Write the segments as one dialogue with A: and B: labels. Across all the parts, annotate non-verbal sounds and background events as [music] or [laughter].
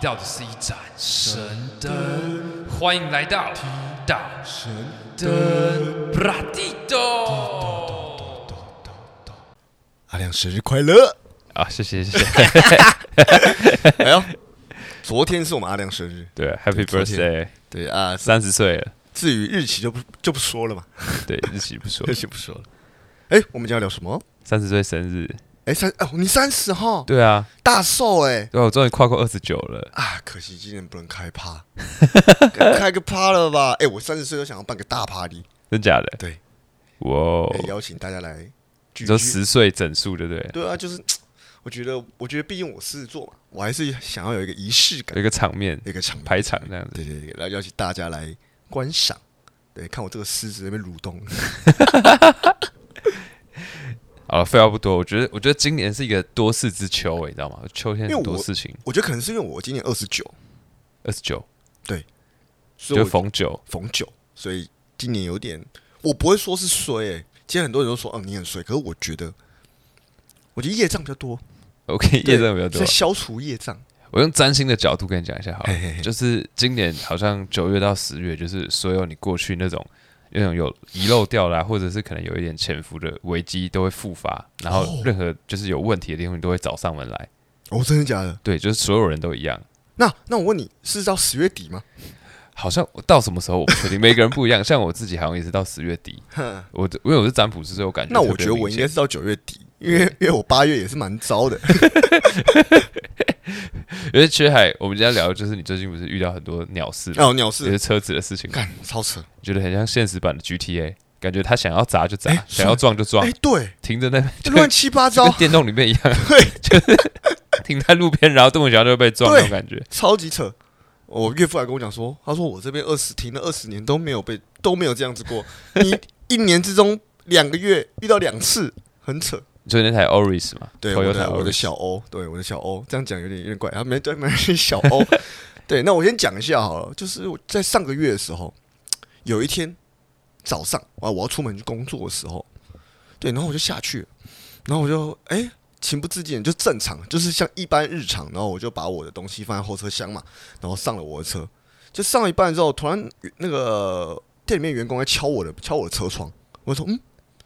A: 到的是一盏神灯，欢迎来到提到神灯布拉蒂多。
B: 阿亮生日快乐！
C: 啊，谢谢谢谢，
B: [laughs] 哎呦，昨天是我们阿亮生日，
C: 对，Happy
B: 昨天
C: Birthday，
B: 对啊，
C: 三十岁了，
B: 至于日期就不就不说
C: [laughs]
B: 了嘛，
C: 对，日期不错
B: 日，期不说了。 [laughs] 哎，我们今天要聊什么？
C: 三十岁生日，
B: 哎，三哦，你三十哈，
C: 对啊，
B: 大寿哎
C: 对啊，我终于跨过二十九了，
B: 啊，可惜今年不能
C: [laughs]
B: 开趴，开个趴了吧？哎，我三十岁都想要办个大 party，
C: 真假的？
B: 对，
C: 哇哦，
B: 哎，邀请大家来聚
C: 你说
B: 聚。
C: 十岁整数对不对了？
B: 对啊，就是我觉得，我觉得毕竟我狮子座嘛，我还是想要有一个仪式感
C: 有，一个场面
B: 有一个场面
C: 排场这样子，
B: 对对对，来邀请大家来观赏，对，看我这个狮子在那边
C: [laughs]
B: 蠕动。
C: 好了，废话不多，我觉得我觉得今年是一个多事之秋，你知道吗？秋天
B: 因为
C: 很多
B: 我
C: 事情，
B: 我觉得可能是因为我今年二十九，
C: 二十九
B: 所以
C: 就
B: 我
C: 逢九，
B: 逢九，所以今年有点，我不会说是衰、欸。其实很多人都说，嗯，你很衰，可是我觉得，我觉得业障比较多，
C: 我跟
B: 对
C: 业障比较多
B: 在。消除业障。
C: 我用占星的角度跟你讲一下好了，
B: 嘿嘿嘿
C: 就是今年好像九月到十月，就是所有你过去那种那种有遗漏掉啦、或者是可能有一点潜伏的危机都会复发，然后任何就是有问题的地方你都会找上门来。
B: 哦，真的假的？
C: 对，就是所有人都一样。
B: 那那我问你，是到十月底吗？
C: 好像到什么时候我不确定，每个人不一样。像我自己好像也是到十月底，
B: 哼
C: 我的因为我是占卜师，所以我感觉
B: [laughs] 那我
C: 特别
B: 觉得
C: 明
B: 我应
C: 显
B: 该是到九月底，因为因为我八月也是蛮
C: [laughs]
B: 糟的。
C: 因为缺海，我们今天聊的就是你最近不是遇到很多鸟事，
B: 哦，鸟
C: 也
B: 事
C: 是，车子的事情，
B: 干超扯。
C: 觉得很像现实版的 GTA，感觉他想要砸就砸，
B: 哎
C: 想要撞就撞，
B: 哎，
C: [laughs]
B: 对，
C: 停在那边
B: 乱七八
C: 就
B: 糟
C: 跟，电动里面一样，
B: [laughs] 对，
C: [laughs] 停在路边，然后动不小就会被撞那
B: 对
C: 种感觉。
B: 超级扯。我岳父还跟我讲说，他说我这边二十停了二十年都没有被都没有这样子过，你一年之中两个月遇到两次，很扯。
C: 就是那台 Oris 嘛，
B: 对，
C: o
B: 我
C: t
B: 的
C: a
B: 我的小欧，对我的小欧，这样讲有点有点怪啊，没对，没是小欧。 [laughs] 对，那我先讲一下好了，就是我在上个月的时候，有一天早上啊，我要出门去工作的时候，对，然后我就下去了，然后我就哎、情不自禁就正常，就是像一般日常，然后我就把我的东西放在后车厢嘛，然后上了我的车，就上一半之后，突然那个店里面员工在敲我的敲我的车窗，我说嗯，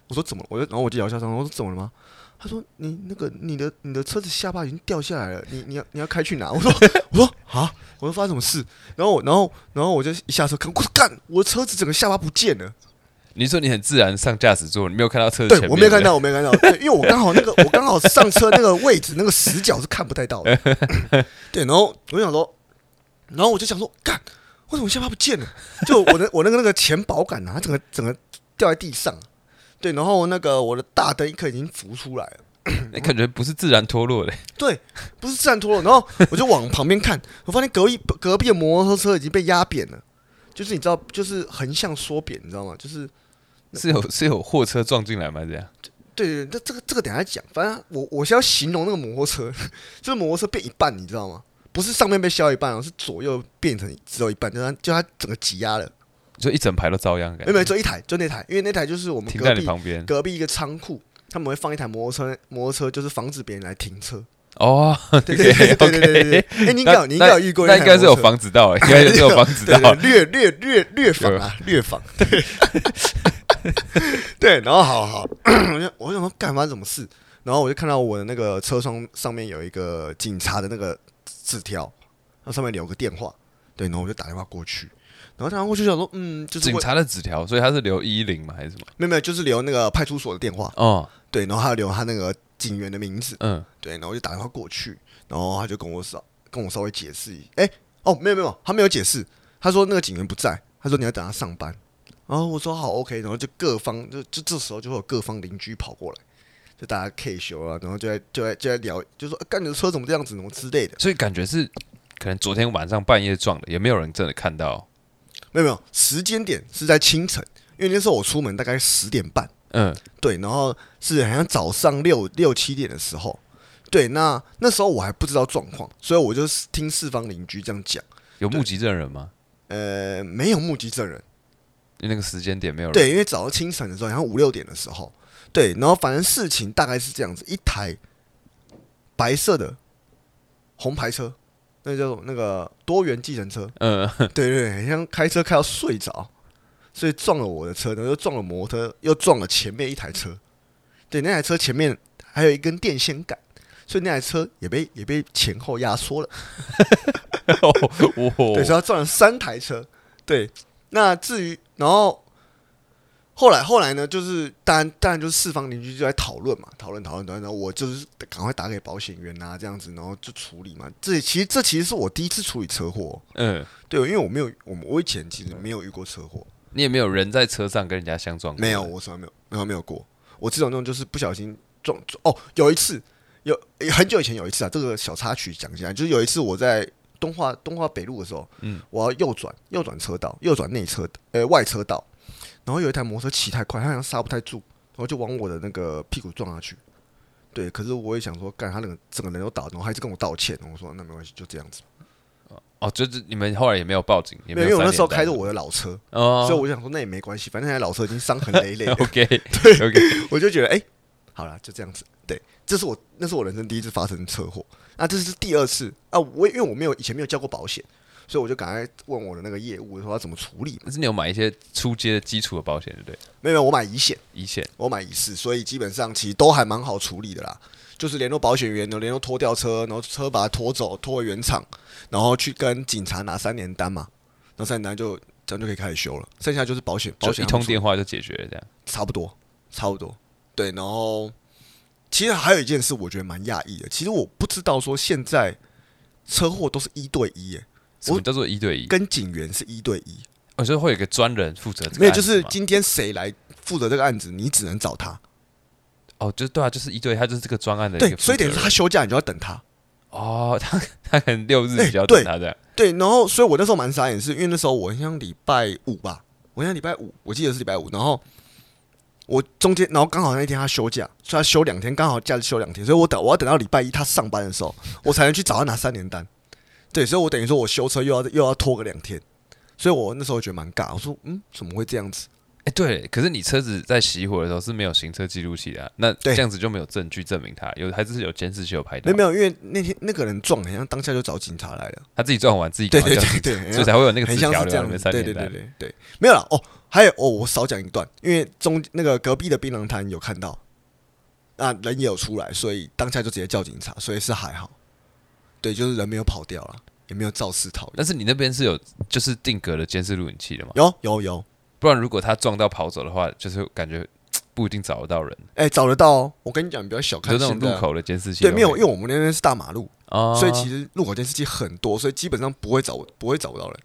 B: 我说怎么了？我就然后我就摇下窗，我说怎么了吗？他说：“你那个你的你的车子下巴已经掉下来了，你你要你要开去哪？”
C: [laughs]
B: 我说：“我说啊，我说发生什么事？”然后我然后然后我就一下车看，我说干，我的车子整个下巴不见了。
C: 你说你很自然上驾驶座，你没有看到车子前
B: 对
C: 面，
B: 我没有看到，我没有看到，对，因为我刚好那个我刚好上车那个位置那个死角是看不太到
C: [laughs]
B: 的。对，然后我就想说，然后我就想说，干，为什么下巴不见了？就我的我那个那个前保杆啊，它整个整个掉在地上。对，然后那个我的大灯一颗已经浮出来了。
C: 那哎感觉不是自然脱落的， [laughs]
B: 对，不是自然脱落。然后我就往旁边看，我发现隔壁隔壁的摩托车已经被压扁了，就是你知道，就是横向缩扁，你知道吗？就是
C: 是有是有货车撞进来吗？这样
B: 对对，对这这个这个等一下讲。反正我我是要形容那个摩托车，这个摩托车变一半，你知道吗？不是上面被削一半哦，是左右变成只有一半，就它就它整个挤压了。
C: 就一整排都遭殃，感
B: 没有没有，
C: 觉
B: 就一台，就那台，因为那台就是我们
C: 停
B: 隔
C: 在你
B: 壁
C: 旁边
B: 隔壁一个仓库，他们会放一台摩托车，摩托车就是防止别人来停车。
C: 哦。
B: [laughs]
C: [laughs]
B: 对对对对对对对对。哎，你应该有你应该有遇过
C: 那
B: 那
C: 应
B: 台摩托车，
C: 该是有防止到，应该是有防止
B: [laughs] 对
C: 到
B: 对，略略略略仿啊，略仿。对，对，然后好好，我就我想说干嘛什么事，然后我就看到我的那个车窗上面有一个警察的那个字条，那上面留个电话，对，然后我就打电话过去，然后打电话过去想说，嗯，就是
C: 警
B: 问
C: 察的纸条，所以他是留一零吗？还是什么？
B: 没有没有，就是留那个派出所的电话，
C: 哦，
B: 对，然后还有留他那个警员的名字，
C: 嗯，
B: 对，然后我就打电话过去，然后他就跟我稍跟我稍微解释一，哎、哦，没有没有，他没有解释，他说那个警员不在，他说你要等他上班，然后我说好 OK，然后就各方就就这时候就会有各方邻居跑过来，就大家 K 修啊，然后就在就在就在聊，就说、呃干、你的车怎么这样子，什么之类的，
C: 所以感觉是可能昨天晚上半夜撞的，也没有人真的看到。
B: 没有没有，时间点是在清晨，因为那时候我出门大概十点半。
C: 嗯，
B: 对，然后是好像早上六六七点的时候，对，那那时候我还不知道状况，所以我就听四方邻居这样讲，
C: 有目击证人吗？
B: 呃，没有目击证人，
C: 因为那个时间点没有人。
B: 对，因为早上清晨的时候，然后五六点的时候，对，然后反正事情大概是这样子，一台白色的红牌车那叫做那个多元计程车， [laughs]
C: 嗯，
B: 对对，对很像开车开到睡着，所以撞了我的车，然后又撞了摩托车，又撞了前面一台车。对，那台车前面还有一根电线杆，所以那台车也被也被前后压缩了。
C: [laughs] 我
B: 对，所以他撞了三台车。对，那至于然后后来后来呢，就是当然当然就是四方邻居就在讨论嘛，讨论讨论讨论，然后我就是赶快打给保险员啊，这样子，然后就处理嘛。这其实这其实是我第一次处理车祸，
C: 嗯，
B: 对，因为我没有我们我以前其实没有遇过车祸，
C: 你也没有人在车上跟人家相撞过，
B: 没有，我从来没有从来没有过。我只有那种就是不小心撞撞哦，有一次有很久以前有一次啊，这个小插曲讲一下，就是有一次我在东化东化北路的时候，
C: 嗯，
B: 我要右转右转车道，右转内车呃外车道，然后有一台摩托车骑太快，它好像刹不太住，然后就往我的那个屁股撞下去。对，可是我也想说，干他那个整个人都倒，然后还是跟我道歉，然后我说那没关系，就这样子。
C: 哦，就是你们后来也没有报警，也
B: 没
C: 有
B: 有，因为我那时候开着
C: 我
B: 我的老车，
C: 哦，，
B: 所以我想说那也没关系，反正那台老车已经伤痕累累了
C: OK [laughs]
B: [laughs]
C: OK，
B: 我就觉得，哎、好了，就这样子。对，这是我那是我人生第一次发生车祸，那这是第二次啊。我因为我没有以前没有交过保险，所以我就赶快问我的那个业务说要怎么处理嘛。
C: 但是你有买一些初阶的基础的保险，对不对？
B: 没有，没有我买乙险，
C: 一险
B: 我买乙式，所以基本上其实都还蛮好处理的啦。就是联络保险员，然后联络拖吊车，然后车把它拖走，拖回原厂，然后去跟警察拿三年单嘛，然后三年单就这样就可以开始修了。剩下就是保险，保
C: 就
B: 险
C: 一
B: 他们
C: 通
B: 处理
C: 电话就解决了，这样。
B: 差不多，差不多。对，然后其实还有一件事，我觉得蛮讶异的。其实我不知道说现在车祸都是一对一，耶，
C: 什么叫做一对一？
B: 跟警员是一对一，
C: 我觉得会有一个专人负责这个案子吗，
B: 没有就是今天谁来负责这个案子，你只能找他。
C: 哦，就对啊，就是一对，他就是这个专案的一
B: 对
C: 个，负责人。
B: 所以等于说他休假，你就要等他。
C: 哦，他他可能六日
B: 哎
C: 比较
B: 对
C: 等他这样，
B: 对，然后所以我那时候蛮傻眼，是因为那时候我好像礼拜五吧，我好像礼拜五，我记得是礼拜五，然后我中间，然后刚好那一天他休假，所以他休两天，刚好假日休两天，所以我等我要等到礼拜一他上班的时候，我才能去找他拿三联单。对，所以我等于说我修车又要又要拖个两天，所以我那时候觉得蛮尬，我说嗯，怎么会这样子？
C: 哎、对，可是你车子在熄火的时候是没有行车记录器的啊、那
B: 对
C: 这样子就没有证据证明他有，还是有监视器有拍到，
B: 没有没有，因为那天那个人撞，好像当下就找警察来了。
C: 他自己撞完自己
B: 对
C: 搞
B: 对
C: 掉
B: 对
C: 警
B: 对，
C: 所以才会有那个
B: 很
C: 纸
B: 像
C: 条留
B: 是这
C: 在
B: 样
C: 那边
B: 子，
C: 三
B: 对
C: 年
B: 对对
C: 单。
B: 对对，没有了哦。还有哦，我少讲一段，因为中那个隔壁的槟榔摊有看到，那人也有出来，所以当下就直接叫警察，所以是还好。对，就是人没有跑掉了，也没有肇事逃逸。
C: 但是你那边是有就是定格的监视录影器的嘛？
B: 有有有，
C: 不然如果他撞到跑走的话，就是感觉不一定找得到人。
B: 哎、找得到哦。我跟你讲，你不要小
C: 就
B: 看
C: 那种
B: 现在
C: 路
B: 啊。
C: 口的监视器都
B: 对，
C: 可以，
B: 没有，因为我们那边是大马路，
C: 哦，
B: 所以其实路口监视器很多，所以基本上不会找不会找不到人。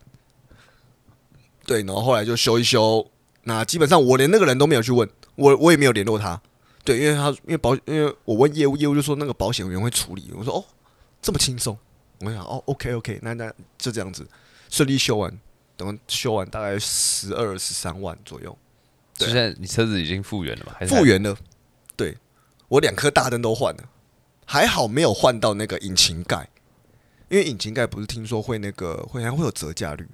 B: 对，然后后来就修一修，那基本上我连那个人都没有去问，我我也没有联络他。对，因为他因为保因为我问业务，业务就说那个保险员会处理，我说哦这么轻松，我想哦 OK OK，那那就这样子顺利修完，等修完大概十二十三万左右，
C: 就现在你车子已经复原了嘛？还是还
B: 复原了。对我两颗大灯都换了，还好没有换到那个引擎盖，因为引擎盖不是听说会那个会还会有折价率，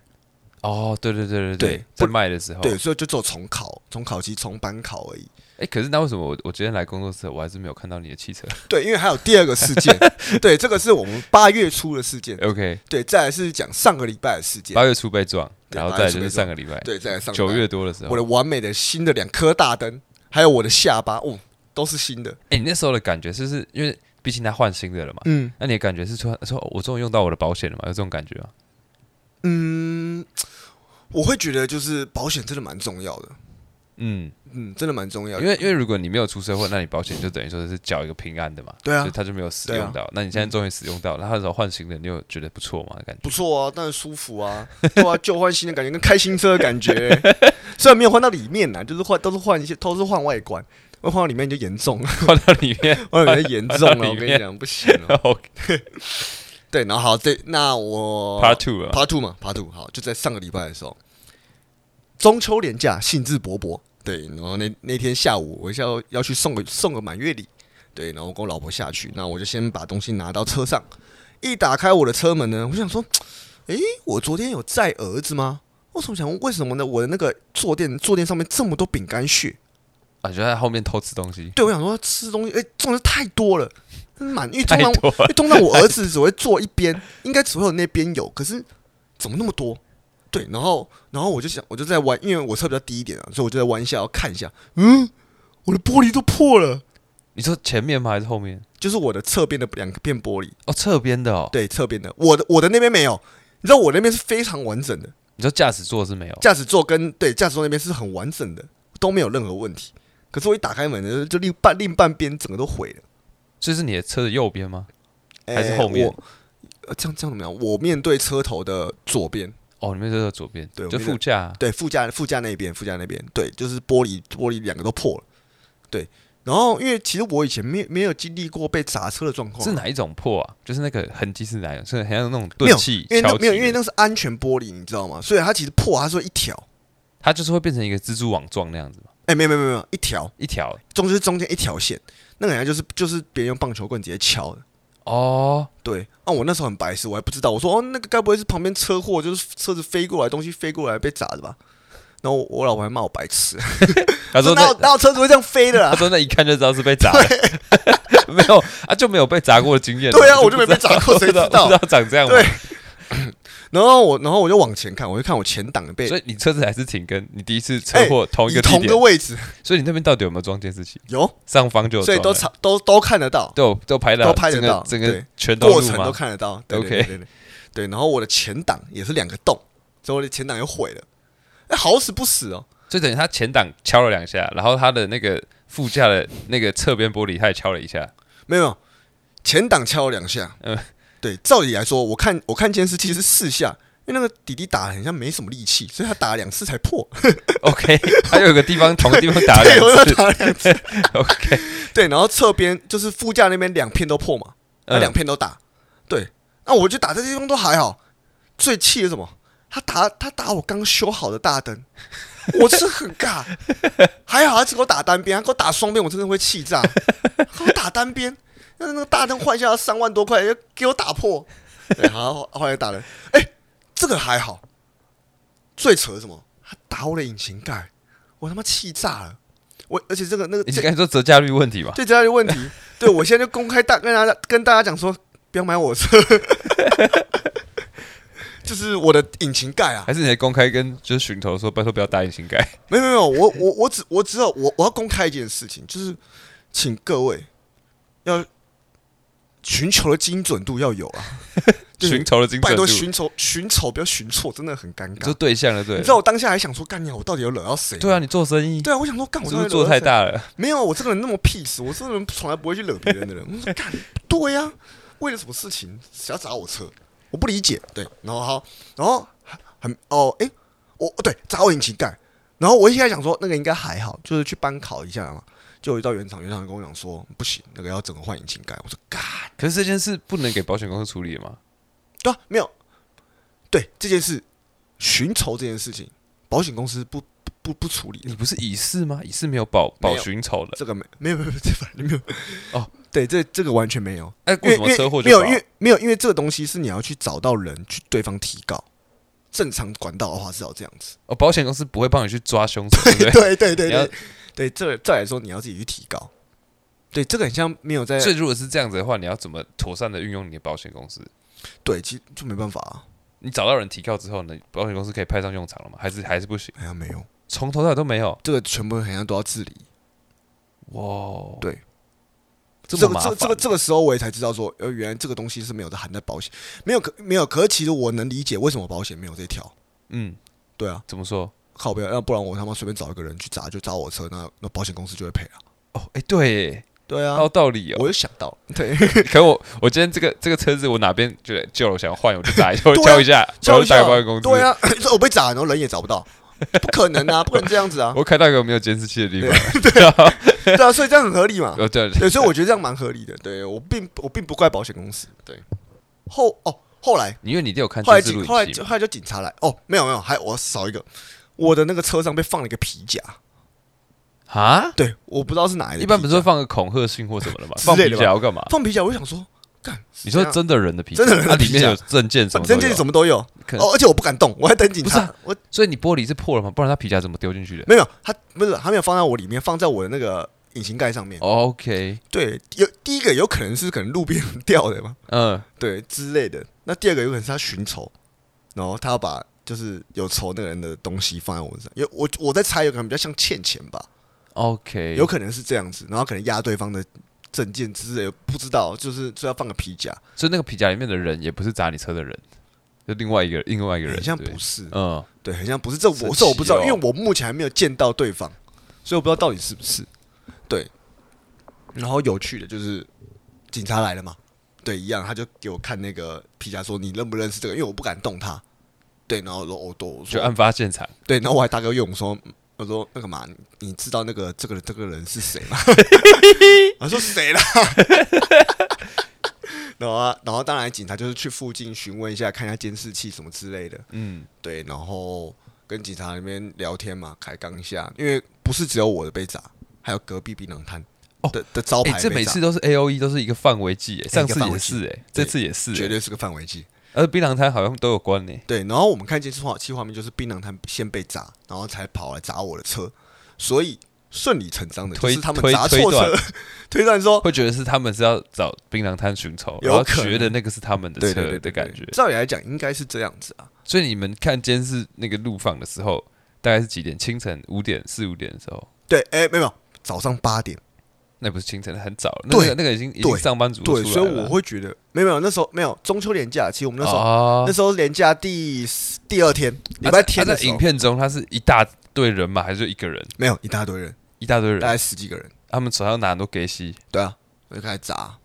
C: 哦，对对对对
B: 对
C: 在
B: 不
C: 卖的时候，
B: 对，所以就做重考、重考期、重班考而已。
C: 哎，可是那为什么我我今天来工作室，我还是没有看到你的汽
B: [laughs]
C: 车
B: 对，因为还有第二个事
C: [laughs]
B: 件，对，这个是我们八月初的事件，
C: ？OK，
B: 对，再来是讲上个礼拜的事件，
C: 八月初被撞，
B: 对
C: 然后
B: 八
C: 再
B: 月
C: 来
B: 初
C: 就是
B: 被
C: 上个礼拜，
B: 对，再来上个
C: 九
B: 礼
C: 月
B: 拜
C: 多的时候
B: 我，的完美的新的两颗大灯，还有我的下巴，哦，都是新的，
C: 哎，你那时候的感觉是不是因为毕竟他换新的了嘛？
B: 嗯。
C: 那你的感觉是说说我终于用到我的保险了嘛？有这种感觉吗？
B: 嗯，我会觉得就是保险真的蛮重要的，
C: 嗯，
B: 嗯，真的蛮重要的
C: 因。为因为如果你没有出车祸，那你保险就等于说是缴一个平安的嘛，
B: 对啊
C: 所以他就没有使用
B: 对啊
C: 到。那你现在终于使用到，那他那时候换新的，你有觉得不错吗？感 [laughs] 觉
B: 不错啊，但是舒服啊， [laughs] 对啊，旧换新的感觉跟开新车的感觉、 [laughs] 虽然没有换到里面呐，就是换都是换一些都是换外观，换到里面就严重了， [laughs]
C: 换到里面
B: 换到里面严重
C: 换到
B: 了，
C: 里
B: 我
C: 面
B: 跟你讲不行了。
C: ，OK，Part
B: 对，然后好，这那
C: [laughs]
B: 我
C: Two 了嘛，
B: 哦 Part Two 嘛，Part Two 好，就在上个礼拜的时候，中秋连假兴致勃勃，对，然后那那天下午我要要去送个送个满月礼，对，然后我跟我老婆下去，那我就先把东西拿到车上，一打开我的车门呢，我想说，诶，我昨天有载儿子吗？我怎么想为什么呢？我的那个坐垫坐垫上面这么多饼干屑，
C: 啊，就在后面偷吃东西。
B: 哎对我想说吃东西，诶，重点是太多了，满，因为通
C: 太
B: 常
C: 多
B: 因
C: 了
B: 为通常我儿子只会坐一边，应该只会有那边有，可是怎么那么多？对，然后然后我就想，我就在玩，因为我车比较低一点啊，所以我就在玩一下，要看一下，嗯，我的玻璃都破了，
C: 你说前面吗？还是后面？
B: 就是我的侧边的两片玻璃，
C: 哦，侧边的哦。
B: 对，侧边的，我的我的那边没有，你知道我那边是非常完整的，
C: 你说驾驶座是没有？
B: 驾驶座跟对驾驶座那边是很完整的，都没有任何问题。可是我一打开门呢，就另半另半边整个都毁了。
C: 就是你的车的右边吗？还是
B: 哎
C: 后面
B: 我呃这样这样怎么样？我面对车头的左边，
C: 哦，你们这个左边，
B: 对我
C: 就
B: 们这
C: 副驾啊。
B: 对副驾副驾那边，副驾那边，对，就是玻璃玻璃两个都破了，对。然后因为其实我以前没有没有经历过被砸车的状况，
C: 是哪一种破啊？就是那个痕迹是哪一种？是很像那种
B: 没
C: 钝
B: 有，
C: 器、
B: 因为那
C: 敲
B: 没有，因为
C: 击的，
B: 那是安全玻璃，你知道吗？所以它其实破，它说一条，
C: 它就是会变成一个蜘蛛网状那样子嘛，
B: 哎、没有没有没有没有一条，
C: 一
B: [laughs]
C: 条
B: 中就是中间一条线，那个人家就是就是别人用棒球棍直接敲的。
C: 哦，
B: 对，啊，我那时候很白痴，我还不知道。我说哦，那个该不会是旁边车祸，就是车子飞过来，东西飞过来被砸的吧？然后我我老婆还骂我白痴，
C: 他说
B: 哪
C: 那
B: 有哪有车子会这样飞的啊
C: [laughs] 他
B: 啦？
C: 说那一看就知道是
B: [laughs]
C: 被砸的， [laughs] 没有啊就没有被砸过的经验，
B: 对啊，我
C: 就
B: 就没被砸
C: [laughs]
B: 过，谁
C: 不知
B: 知
C: 道
B: 道
C: 不知？道长这样嘛
B: 对，然后我然后我就往前看，我就看我前挡被
C: 所以你车子还是停跟你第一次车祸同一
B: 以
C: 个地
B: 哎同个
C: 点，
B: 位置
C: 所以你那边到底有没有装监视器？
B: 有，
C: 上方就有
B: 所
C: 装
B: 以
C: 了，
B: 都查都都看得到，
C: 都有都拍到，
B: 都拍得
C: 整个
B: 到
C: 整个
B: 对
C: 全都
B: 过
C: 录
B: 程都
C: 吗？
B: 看得到。对对
C: OK
B: 对对对对，然后我的前挡也是两个洞，所以我的前挡又毁了。哎，好死不死哦，
C: 就等于他前挡敲了两下，然后他的那个副驾的那个侧边玻璃他也敲了一下，
B: 没有没有，前挡敲了两下。
C: 嗯
B: 对，照理来说，我看我看监视器是四下，因为那个弟弟打的很像没什么力气，所以他打了两次才破。
C: OK，他有个地方同个地方打了
B: 对，我
C: 两
B: 又
C: 次。
B: 打了两次。
C: [laughs] OK，
B: 对，然后侧边就是副驾那边两片都破嘛，
C: 嗯
B: 那两片都打。对，那我就打这些地方都还好。最气的是什么？他打他打我刚修好的大灯，我是很尬。
C: [laughs]
B: 还好他只给我打单边，他给我打双边，我真的会气炸。他给我打单边，那那个大灯换一下要三万多块，要给我打破。对，好，后来打了。哎、这个还好。最扯的是什么？他打我的引擎盖，我他妈气炸了。我而且这个那个
C: 你
B: 这
C: 是刚才说折价率问题吧？
B: 最主要的问题，对我现在就公开大跟大家跟大家讲说，不要买我车，就是我的引擎盖啊，
C: 还是你还公开跟就是寻头说，拜托不要打引擎盖？
B: 没有没有没有，我我我只我只有我我要公开一件事情，就是请各位要寻求的精准度要有
C: [laughs]
B: 啊，就是
C: 寻仇的精
B: 拜
C: 准度，
B: 托
C: 你
B: 寻仇寻仇不要寻错，真的很尴
C: 说
B: 尬。
C: 对象了，对
B: 你知，道我当下还想说，干你娘，我到底有惹到谁？
C: 对啊，你做生意
B: 对啊，我想说，干我
C: 是
B: 到
C: 不
B: 底
C: 是
B: 惹
C: 做
B: 到
C: 太
B: 谁
C: 大了？
B: 没有，我这个人那么 peace，我这个人从来不会去惹别人的 [laughs] 人。我说干，对呀、为了什么事情想要砸我车？我不理解。对，然后好，然后很哦，诶，我对砸我引擎盖，然后我一开始想说那个应该还好，就是去帮考一下嘛。就一到原厂，原厂就跟我讲说不行，那个要整个换引擎盖。我说干，
C: 可是这件事不能给保险公司处理的嘛？
B: 对啊，没有，对这件事寻仇这件事情，保险公司不不不不处理，
C: 你不是乙事吗？乙事没有保保
B: 没有
C: 寻仇的，
B: 这个没没有没有没有，这反正没有
C: 哦，
B: [laughs] 对，这这个完全没有。
C: 哎，
B: 因
C: 为
B: 为
C: 什么车祸
B: 因为
C: 就
B: 没有，
C: 保？
B: 因为没有，因为这个东西是你要去找到人去对方提告。正常管道的话是要这样子，
C: 哦，保险公司不会帮你去抓凶
B: [laughs]
C: 手，对不对？
B: 对对对
C: 你要
B: 对对，这再来说你要自己去提告，对这个很像没有在
C: 所以如果是这样子的话，你要怎么妥善的运用你的保险公司？
B: 对，其实就没办法啊，
C: 你找到人提告之后呢，保险公司可以派上用场了吗？还是还是不行？
B: 好哎像没有，
C: 从头到尾都没有。
B: 这个全部好像都要治理。
C: 哇，哦
B: 对，
C: 这
B: 这
C: 么麻
B: 个
C: 烦哦
B: 这个这个这个时候我也才知道说，呃，原来这个东西是没有的含在保险，没有可没有，可是其实我能理解为什么保险没有这条，
C: 嗯，
B: 对啊，
C: 怎么说？
B: 靠不要，要不然我他妈随便找一个人去砸就砸我车，那那保险公司就会赔了，
C: 哦，哎，对耶，
B: 对啊
C: 好有，道理哦。
B: 我就想
C: [laughs]
B: 到了，对，
C: 可我我今天这个这个车子，我哪边觉得旧了，我想换，我就打一
B: [laughs]
C: 下，我
B: 对啊
C: 敲一下，然
B: 敲
C: 后
B: 一下
C: 打给保险公司。
B: 对，啊， [laughs] 我被砸，然后人也找不到，不可能啊，不能这样子啊，
C: 我开到一个没有监视器的地方。
B: 对啊，所以这样很合理嘛，
C: 哦，对，
B: 啊对，所以我觉得这样蛮合理的，对我并我并不怪保险公司，对，后哦后来
C: 因为你一定有看
B: 后来
C: 监视
B: 警
C: 录
B: 后来
C: 影机
B: 就
C: 嘛。
B: 后来就警察来，哦没有没有，还我少一个，我的那个车上被放了一个皮夹，
C: 啊，
B: 对，我不知道是哪来的皮夹，
C: 一般不是会放个恐吓信或什么的吗？
B: [laughs] 之
C: 放
B: 类
C: 皮
B: 的吧
C: 夹要干嘛？
B: 放皮夹，我就想说，干，
C: 你说
B: 怎样
C: 真的人的皮夹，啊
B: 真的人的
C: 它里
B: 皮
C: 面
B: 夹
C: 有证件什么？
B: 证件什
C: 么？
B: 么都有，
C: 可
B: 哦，而且我不敢动，我还等警
C: 不是
B: 察
C: 啊，
B: 我
C: 所以你玻璃是破了吗？不然它皮夹怎么丢进去的？
B: 没有，他不是，他没有放在我里面，放在我的那个引擎盖
C: 哦
B: 上面。
C: OK，
B: 对，有第一个有可能是可能路边 [laughs] 掉的嘛，
C: 嗯，
B: 对之类的。那第二个有可能是他寻仇，然后他要把就是有仇那个人的东西放在我身上，有我我在猜，有可能比较像欠钱吧，
C: OK，
B: 有可能是这样子，然后可能压对方的证件之类的，不知道，就是就要放个皮夹，
C: 所以那个皮夹里面的人也不是砸你车的人，就另外一个另外一个人，
B: 很像
C: 对
B: 不是，
C: 嗯，
B: 对，很像不是，这
C: 神
B: 我这我不知道，
C: 奇哦
B: 因为我目前还没有见到对方，所以我不知道到底是不是。对，然后有趣的就是警察来了嘛，对，一样，他就给我看那个皮夹，说你认不认识这个？因为我不敢动他。对，然后我说我都我
C: 就
B: 说
C: 案发现场，
B: 对，然后我还打给我岳母说，嗯我说那个嘛，你你知道那个这个这个人是谁
C: [laughs]
B: 吗？他说谁啦？ [laughs] 然后、啊，然后当然警察就是去附近询问一下，看一下监视器什么之类的。
C: 嗯，
B: 对，然后跟警察那边聊天嘛，开杠一下，因为不是只有我的被砸，还有隔壁槟榔摊
C: 哦
B: 的的招
C: 哎、
B: 牌
C: 这
B: 被
C: 每
B: 砸
C: 次都是 A O E，都是一个范围计、哎上
B: 一个
C: 次
B: 范
C: 也
B: 围计
C: 是、哎，这
B: 对
C: 次也是、
B: 绝
C: 哎
B: 对是个范围计。
C: 而槟榔摊好像都有关呢、哎
B: 对，然后我们看监视画器画面，就是槟榔摊先被砸，然后才跑来砸我的车，所以顺理成章的就
C: 推
B: 是他们
C: 推
B: 砸
C: 推
B: 错
C: 断
B: 车，推
C: [laughs]
B: 断说
C: 会觉得是他们是要找槟榔摊寻仇，
B: 有
C: 然后
B: 可能
C: 觉得那个是他们的
B: 对对对
C: 车
B: 对
C: 的
B: 对
C: 感觉。
B: 照理来讲应该是这样子啊，
C: 所以你们看监视那个路放的时候，大概是几点？清晨五点、四五点的时候，
B: 对，哎，没有没有，早上八点，
C: 那不是清晨，很早了。那个
B: 对
C: 那个已经已经
B: 对
C: 上班族
B: 对，
C: 出来
B: 所以
C: 了
B: 我会觉得没有没有，那时候没有中秋连假，其实我们那时候、
C: 哦
B: 那时候连假第第二天礼拜天
C: 啊在
B: 的
C: 啊在
B: 时候
C: 影。片中，他是一大队人嘛，还是就一个人？
B: 没有一大堆人，
C: 一大堆
B: 大
C: 人，
B: 概十几个人，
C: 他们手上拿很多给息，
B: 对啊，我就开始砸，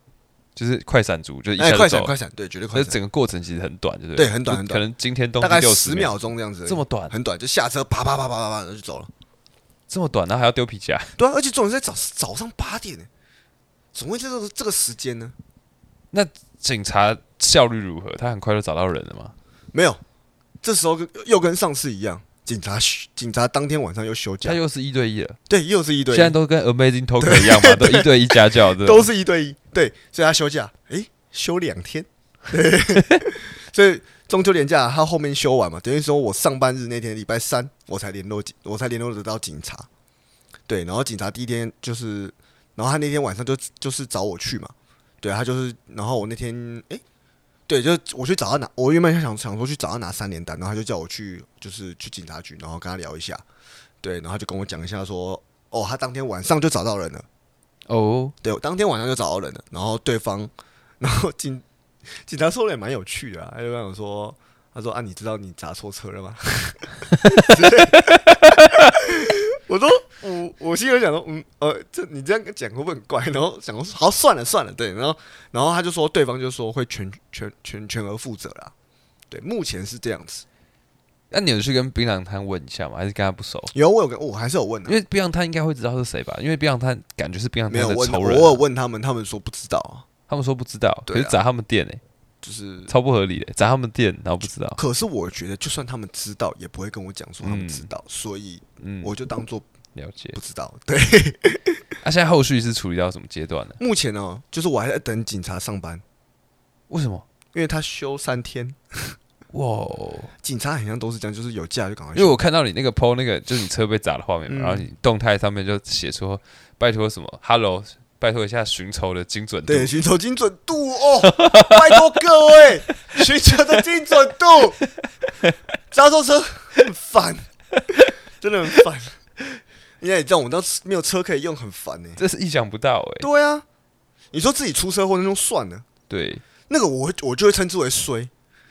C: 就是快闪族，就是一
B: 哎，
C: 下
B: 快
C: 就
B: 闪
C: 走。
B: 快闪，对，绝对快
C: 但是
B: 闪，
C: 整个过程其实很短，对不
B: 对很短
C: 就
B: 很短
C: 可能今天东
B: 大
C: 西
B: 概
C: 六
B: 十秒钟这样子而已，
C: 这么短，
B: 很短，就下车啪啪啪啪啪啪然后就走了，
C: 这么短，然后还要丢皮夹，
B: 对啊，而且重点是在早早上八点呢，怎么会在这个这个时间呢？
C: 警察效率如何？他很快就找到人了吗？
B: 没有，这时候跟又跟上次一样，警察休警察当天晚上又休假
C: 他，又是一对一了，
B: 对，又是一对
C: 现
B: 一，
C: 在都跟 Amazing Talker 一样
B: [laughs]
C: 嘛，都一对一家教，对吧
B: 都是一对一，对，所以他休假，诶，休两天，对，所以中秋连假他后面休完嘛，等于说我上班日那天礼拜三我才联络警，我才联络得到警察，对，然后警察第一天就是，然后他那天晚上就就是找我去嘛，对他就是，然后我那天诶，对，就我去找他拿，我原本想想说去找他拿三联单，然后他就叫我去，就是去警察局，然后跟他聊一下，对，然后他就跟我讲一下说，哦，他当天晚上就找到人了。
C: 哦，
B: 对，我当天晚上就找到人了，然后对方，然后警警察说的也蛮有趣的、啊，他就跟我说，他说啊，你知道你砸错车了吗？ [laughs] 之类的 [laughs] 我说我我心里想说，嗯呃，这你这样讲会不会很怪？ [laughs] 然后想说好算了算了，对，然后然后他就说对方就说会全全全全额负责啦，对，目前是这样子。
C: 那你有去跟槟榔摊问一下吗？还是跟他不熟？
B: 有我有跟我还是有问、啊
C: 因，为槟榔摊应该会知道是谁吧？因为槟榔摊感觉是槟榔
B: 没
C: 摊
B: 有
C: 的
B: 问，
C: 仇
B: 我
C: 人
B: 有
C: 啊、
B: 问他们，他们说不知道啊，
C: 他们说不知道，可
B: 对啊
C: 是砸他们店哎、
B: 就是
C: 超不合理的、砸他们店然后不知道，
B: 可是我觉得，就算他们知道，也不会跟我讲说他们知道，所以
C: 嗯，
B: 我就当做
C: 了解
B: 不。知道。对，
C: 那、现在后续是处理到什么阶段呢？
B: 目前呢，就是我还在等警察上班，
C: 为什么？
B: 因为他休三天，
C: 哇哦！
B: 警察好像都是这样，就是有假就赶快
C: 因为
B: 休。
C: 我看到你那个 PO 那个就是你车被砸的画面嘛，
B: 嗯
C: 然后你动态上面就写说拜托什么 Hello，拜托一下寻仇的精准度。
B: 对，寻求精准度哦， [laughs] 拜托各位，寻求的精准
C: [laughs]
B: 度，砸错车很烦，真的很烦。应该也知道，我们当时没有车可以用，很烦呢、欸
C: 这是意想不到哎、
B: 对啊，你说自己出车祸那就算了。
C: 对，
B: 那个我会我就会称之为衰。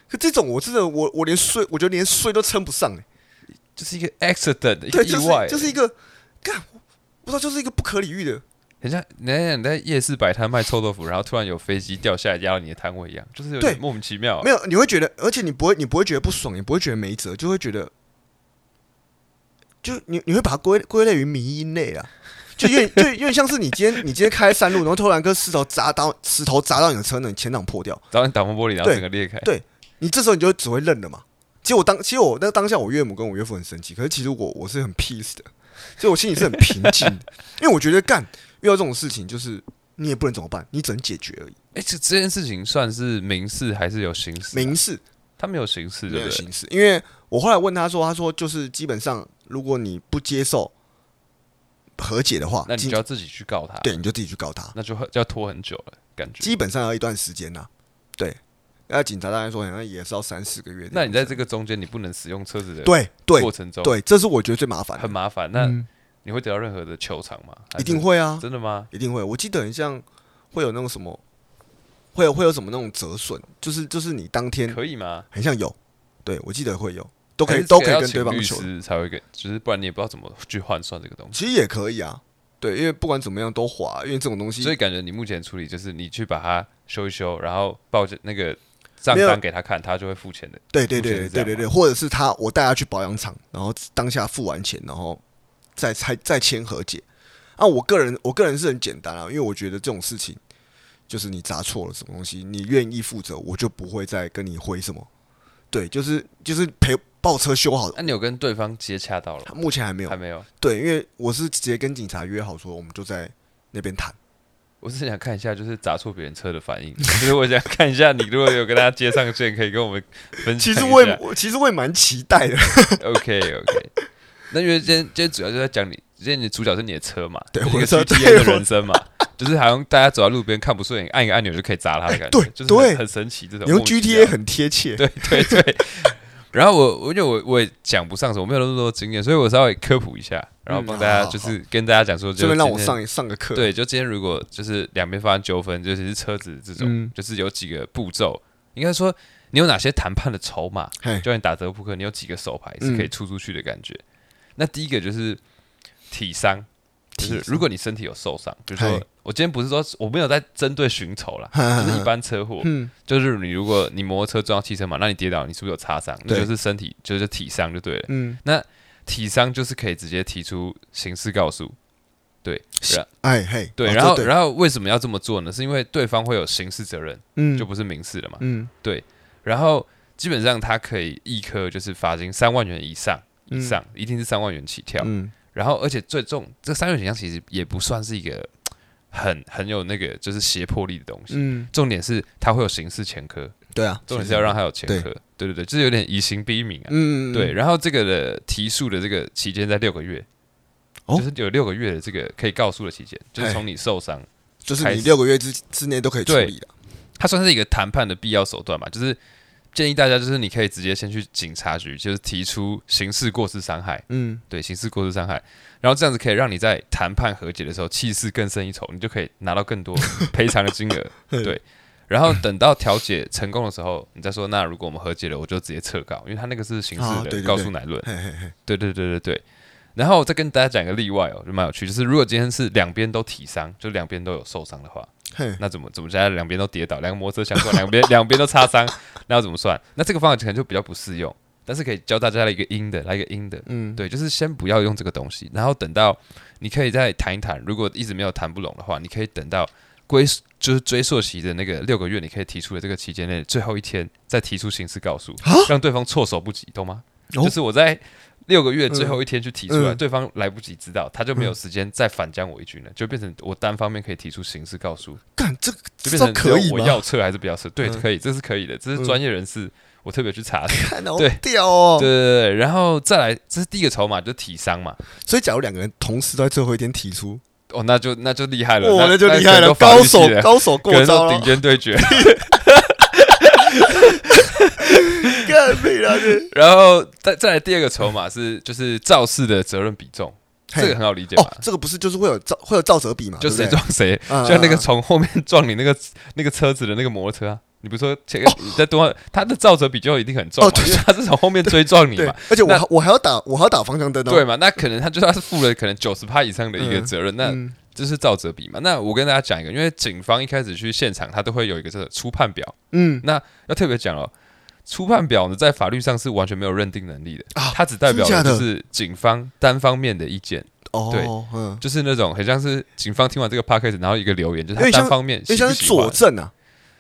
B: 可这种我真的我我连衰，我觉得连衰都称不上哎、
C: 就是一个 accident，一个
B: 对，
C: 意
B: 就是
C: 外欸、
B: 就是一个干，我不知道就是一个不可理喻的，
C: 很像，你像你在夜市摆摊卖臭豆腐，然后突然有飞机掉下来压到你的摊位一样，就是有点
B: 对
C: 莫名其妙啊、
B: 没有你会觉得，而且你不会你不会觉得不爽，也不会觉得没辙，就会觉得，就你你会把它归归类于迷因类啊。就有点，就有点像是你今天，你今天开山路，然后突然跟石头砸到，石头砸到你的车，那你前挡破掉，
C: 然后你挡风玻璃，然后
B: 对
C: 整个裂开。
B: 对你这时候你就只会愣了嘛。其实我当，其实我那当下我岳母跟我岳父很生气，可是其实我我是很 peace 的，所以我心里是很平静的，
C: [laughs]
B: 因为我觉得干遇到这种事情，就是你也不能怎么办，你只能解决而已。
C: 哎、这这件事情算是民事还是有刑事啊、
B: 民事
C: 他没有刑事，
B: 没
C: 对
B: 有
C: 不对？
B: 刑事，因为我后来问他说，他说就是基本上如果你不接受和解的话，
C: 那你
B: 啊经
C: 就要自己去告他，
B: 对，，你就自己去告他，
C: 那就会就要拖很久了，感觉。
B: 基本上要一段时间呐、对，那警察大概说好像也是要三四个月的样子。
C: 那你在这个中间，你不能使用车子的
B: 对对
C: 过程中，
B: 对，这是我觉得最麻烦的，
C: 很麻烦。那你会得到任何的球场吗？还
B: 一
C: 是
B: 定会啊，
C: 真的吗？
B: 一定会。我记得很像会有那种什么，会有会有什么那种折损，就是就是你当天
C: 可以吗？
B: 很像有，对我记得会有，都可
C: 还
B: 以
C: 是
B: 都
C: 这个
B: 可以
C: 要
B: 跟
C: 请
B: 对方
C: 律
B: 求，
C: 师才会跟，只是不然你也不知道怎么去换算这个
B: [laughs]
C: 东西。
B: 其实也可以啊，对，因为不管怎么样都滑，因为这种东西
C: 所以感觉你目前处理就是你去把它修一修，然后报价那个账
B: 没有
C: 单给他看，他就会付钱的。
B: 对对
C: 目前
B: 对
C: 是这
B: 对
C: 样
B: 对
C: 吗
B: 对，或者是他我带他去保养厂，然后当下付完钱，然后再再再签和解。啊，我个人我个人是很简单啊，因为我觉得这种事情就是你砸错了什么东西，你愿意负责，我就不会再跟你挥什么。对，就是就是赔爆车修好，
C: 那、你有跟对方接洽到了吗？
B: 目前还没有
C: 还。没有。
B: 对，因为我是直接跟警察约好说，我们就在那边谈。
C: 我是想看一下，就是砸错别人车的反应。 [laughs] 就是我想看一下，你如果有跟他接上线，可以跟我们嗯分享一啊下。
B: 其实
C: [laughs]
B: 我也我其实我也蛮期待的，
C: OK OK，那因为今天今天主要就在讲你，今天你的主角是你的车嘛，
B: 对
C: 就是一
B: 我
C: 个
B: 的车
C: T
B: 对
C: T 的
B: 我
C: 人生嘛，就是好像大家走在路边看不顺眼，按一个按钮就可以砸他的感觉，
B: 对
C: 就是很
B: 对
C: 很神奇这种
B: 你用
C: 莫名其
B: GTA
C: 妙
B: 很贴切。
C: 啊对对对。然后我，我因为我我也讲不上什么，我没有那么多经验，所以我稍微科普一下，然后
B: 嗯
C: 帮大家
B: 好
C: 就是跟大家讲说，就
B: 这边让我
C: 今天
B: 上一上个课。
C: 对，就今天如果就是两边发生纠纷，尤其是车子这种，
B: 嗯
C: 就是有几个步骤，应该说你有哪些谈判的筹码？
B: 嘿，
C: 就像你打德扑克，你有几个手牌是可以
B: 嗯
C: 出出去的感觉。那第一个就是体伤，就
B: 体
C: 是
B: 伤
C: 如果你身体有受伤，比如说
B: 嗨
C: 我今天不是说我没有在针对寻仇
B: [laughs]
C: 啦，就是一般车祸，
B: 嗯，
C: 就是你如果你摩托车撞到汽车嘛，那你跌倒，你是不是有擦伤？那
B: 对
C: 就是身体就是体伤就对了。
B: 嗯，
C: 体伤就是可以直接提出刑事告诉，对，啊然
B: 哎嘿，
C: 对，
B: 哦
C: 然后
B: 这对
C: 然后为什么要这么做呢？是因为对方会有刑事责任，
B: 嗯
C: 就不是民事了嘛。
B: 嗯
C: 然后基本上他可以一科就是罚金三万元以上，以
B: 嗯
C: 上、一定是三万元起跳。
B: 嗯
C: 然后而且最重，这三万元以上其实也不算是一个很很有那个就是胁迫力的东西。
B: 嗯，
C: 重点是他会有刑事前科，
B: 对啊，
C: 重点是要让他有前科。对对对，就是有点以刑逼民啊。
B: 嗯
C: 对，然后这个的提速的这个期间在六个月，
B: 哦
C: 就是有六个月的这个可以告诉的期间，就是
B: 嘿
C: 从你受伤
B: 就是
C: 开
B: 你
C: 始
B: 六个月之之内都可以处
C: 对
B: 理的。
C: 它算是一个谈判的必要手段嘛，就是建议大家，就是你可以直接先去警察局，就是提出刑事过失伤害，
B: 嗯，
C: 对，刑事过失伤害，然后这样子可以让你在谈判和解的时候气势更胜一筹，你就可以拿到更多赔偿的
B: [laughs]
C: 金额，对。然后等到调解成功的时候，你再说，那如果我们和解了，我就直接撤告，因为他那个是刑
B: 啊
C: 事
B: 对
C: 的
B: 对对
C: 告诉乃论，
B: 嘿嘿嘿，
C: 对对对对对。然后我再跟大家讲一个例外哦，就蛮有趣，就是如果今天是两边都体伤，就两边都有受伤的话，
B: 嘿，
C: 那怎么怎么加？两边都跌倒，两个摩托车相撞，两边两边都擦伤，那要怎么算？那这个方法可能就比较不适用，但是可以教大家来一个阴的，来一个阴的。
B: 嗯，
C: 对，就是先不要用这个东西，然后等到你可以再谈一谈。如果一直没有谈不拢的话，你可以等到归就是追溯期的那个六个月，你可以提出的这个期间内最后一天再提出刑事告诉，让对方措手不及，懂吗？
B: 啊哦
C: 就是我在六个月最后一天去提出来，
B: 嗯
C: 对方来不及知道，他就没有时间再反将我一军了，就变成我单方面可以提出刑事告诉。
B: 干这
C: 就
B: 这
C: 变成
B: 招
C: 只
B: 可以
C: 有我
B: 吗？
C: 要撤还是不要撤？对，
B: 嗯
C: 可以，这是可以的，这是
B: 嗯
C: 专业人士，我特别去查的。
B: 看好
C: 对
B: 屌哦
C: 对对。对，对然后再来，这是第一个筹码，就是体伤嘛。
B: 所以假如两个人同时都在最后一天提出，
C: 哦，那就那就厉害了，
B: 哇，
C: 那
B: 那就
C: 那
B: 厉害
C: 可能
B: 了，
C: 都法律
B: 高
C: 系
B: 手
C: 了
B: 高手
C: 可
B: 过
C: 能都
B: 招了
C: 顶，尖对决。 [laughs]
B: 干废
C: [laughs]
B: 了这。
C: 然后再再来第二个筹码是就是肇事的责任比重，这个
B: 嘿
C: 很好理解吧
B: 哦，？这个不是就是会有照会有照折比嘛？
C: 就
B: 对
C: 谁
B: 不对
C: 撞谁，
B: 嗯
C: 像那个
B: 嗯嗯
C: 从后面撞你那个那个车子的那个摩托车啊。你不是说前你在多，他的肇责比就一定很重嘛
B: 哦哦，对
C: 因为他是从后面追撞你
B: 对
C: 嘛，，
B: 而且我
C: 那
B: 还我还要打我还要打方向灯哦。
C: 对嘛？那可能他就算是负了可能九十趴以上的一个
B: 嗯
C: 责任，那
B: 嗯
C: 这是赵哲比嘛？那我跟大家讲一个，因为警方一开始去现场，他都会有一个这个初判表，
B: 嗯，
C: 要特别讲哦。初判表呢，在法律上是完全没有认定能力的，
B: 啊
C: 它只代表
B: 真
C: 的
B: 假的
C: 就是警方单方面的意见，对
B: 哦，嗯，
C: 就是那种很像是警方听完这个 p o c a s t 然后一个留言，就是
B: 因
C: 他
B: 为哎像
C: 单方面喜
B: 因为像
C: 不
B: 是
C: 喜欢
B: 佐证啊，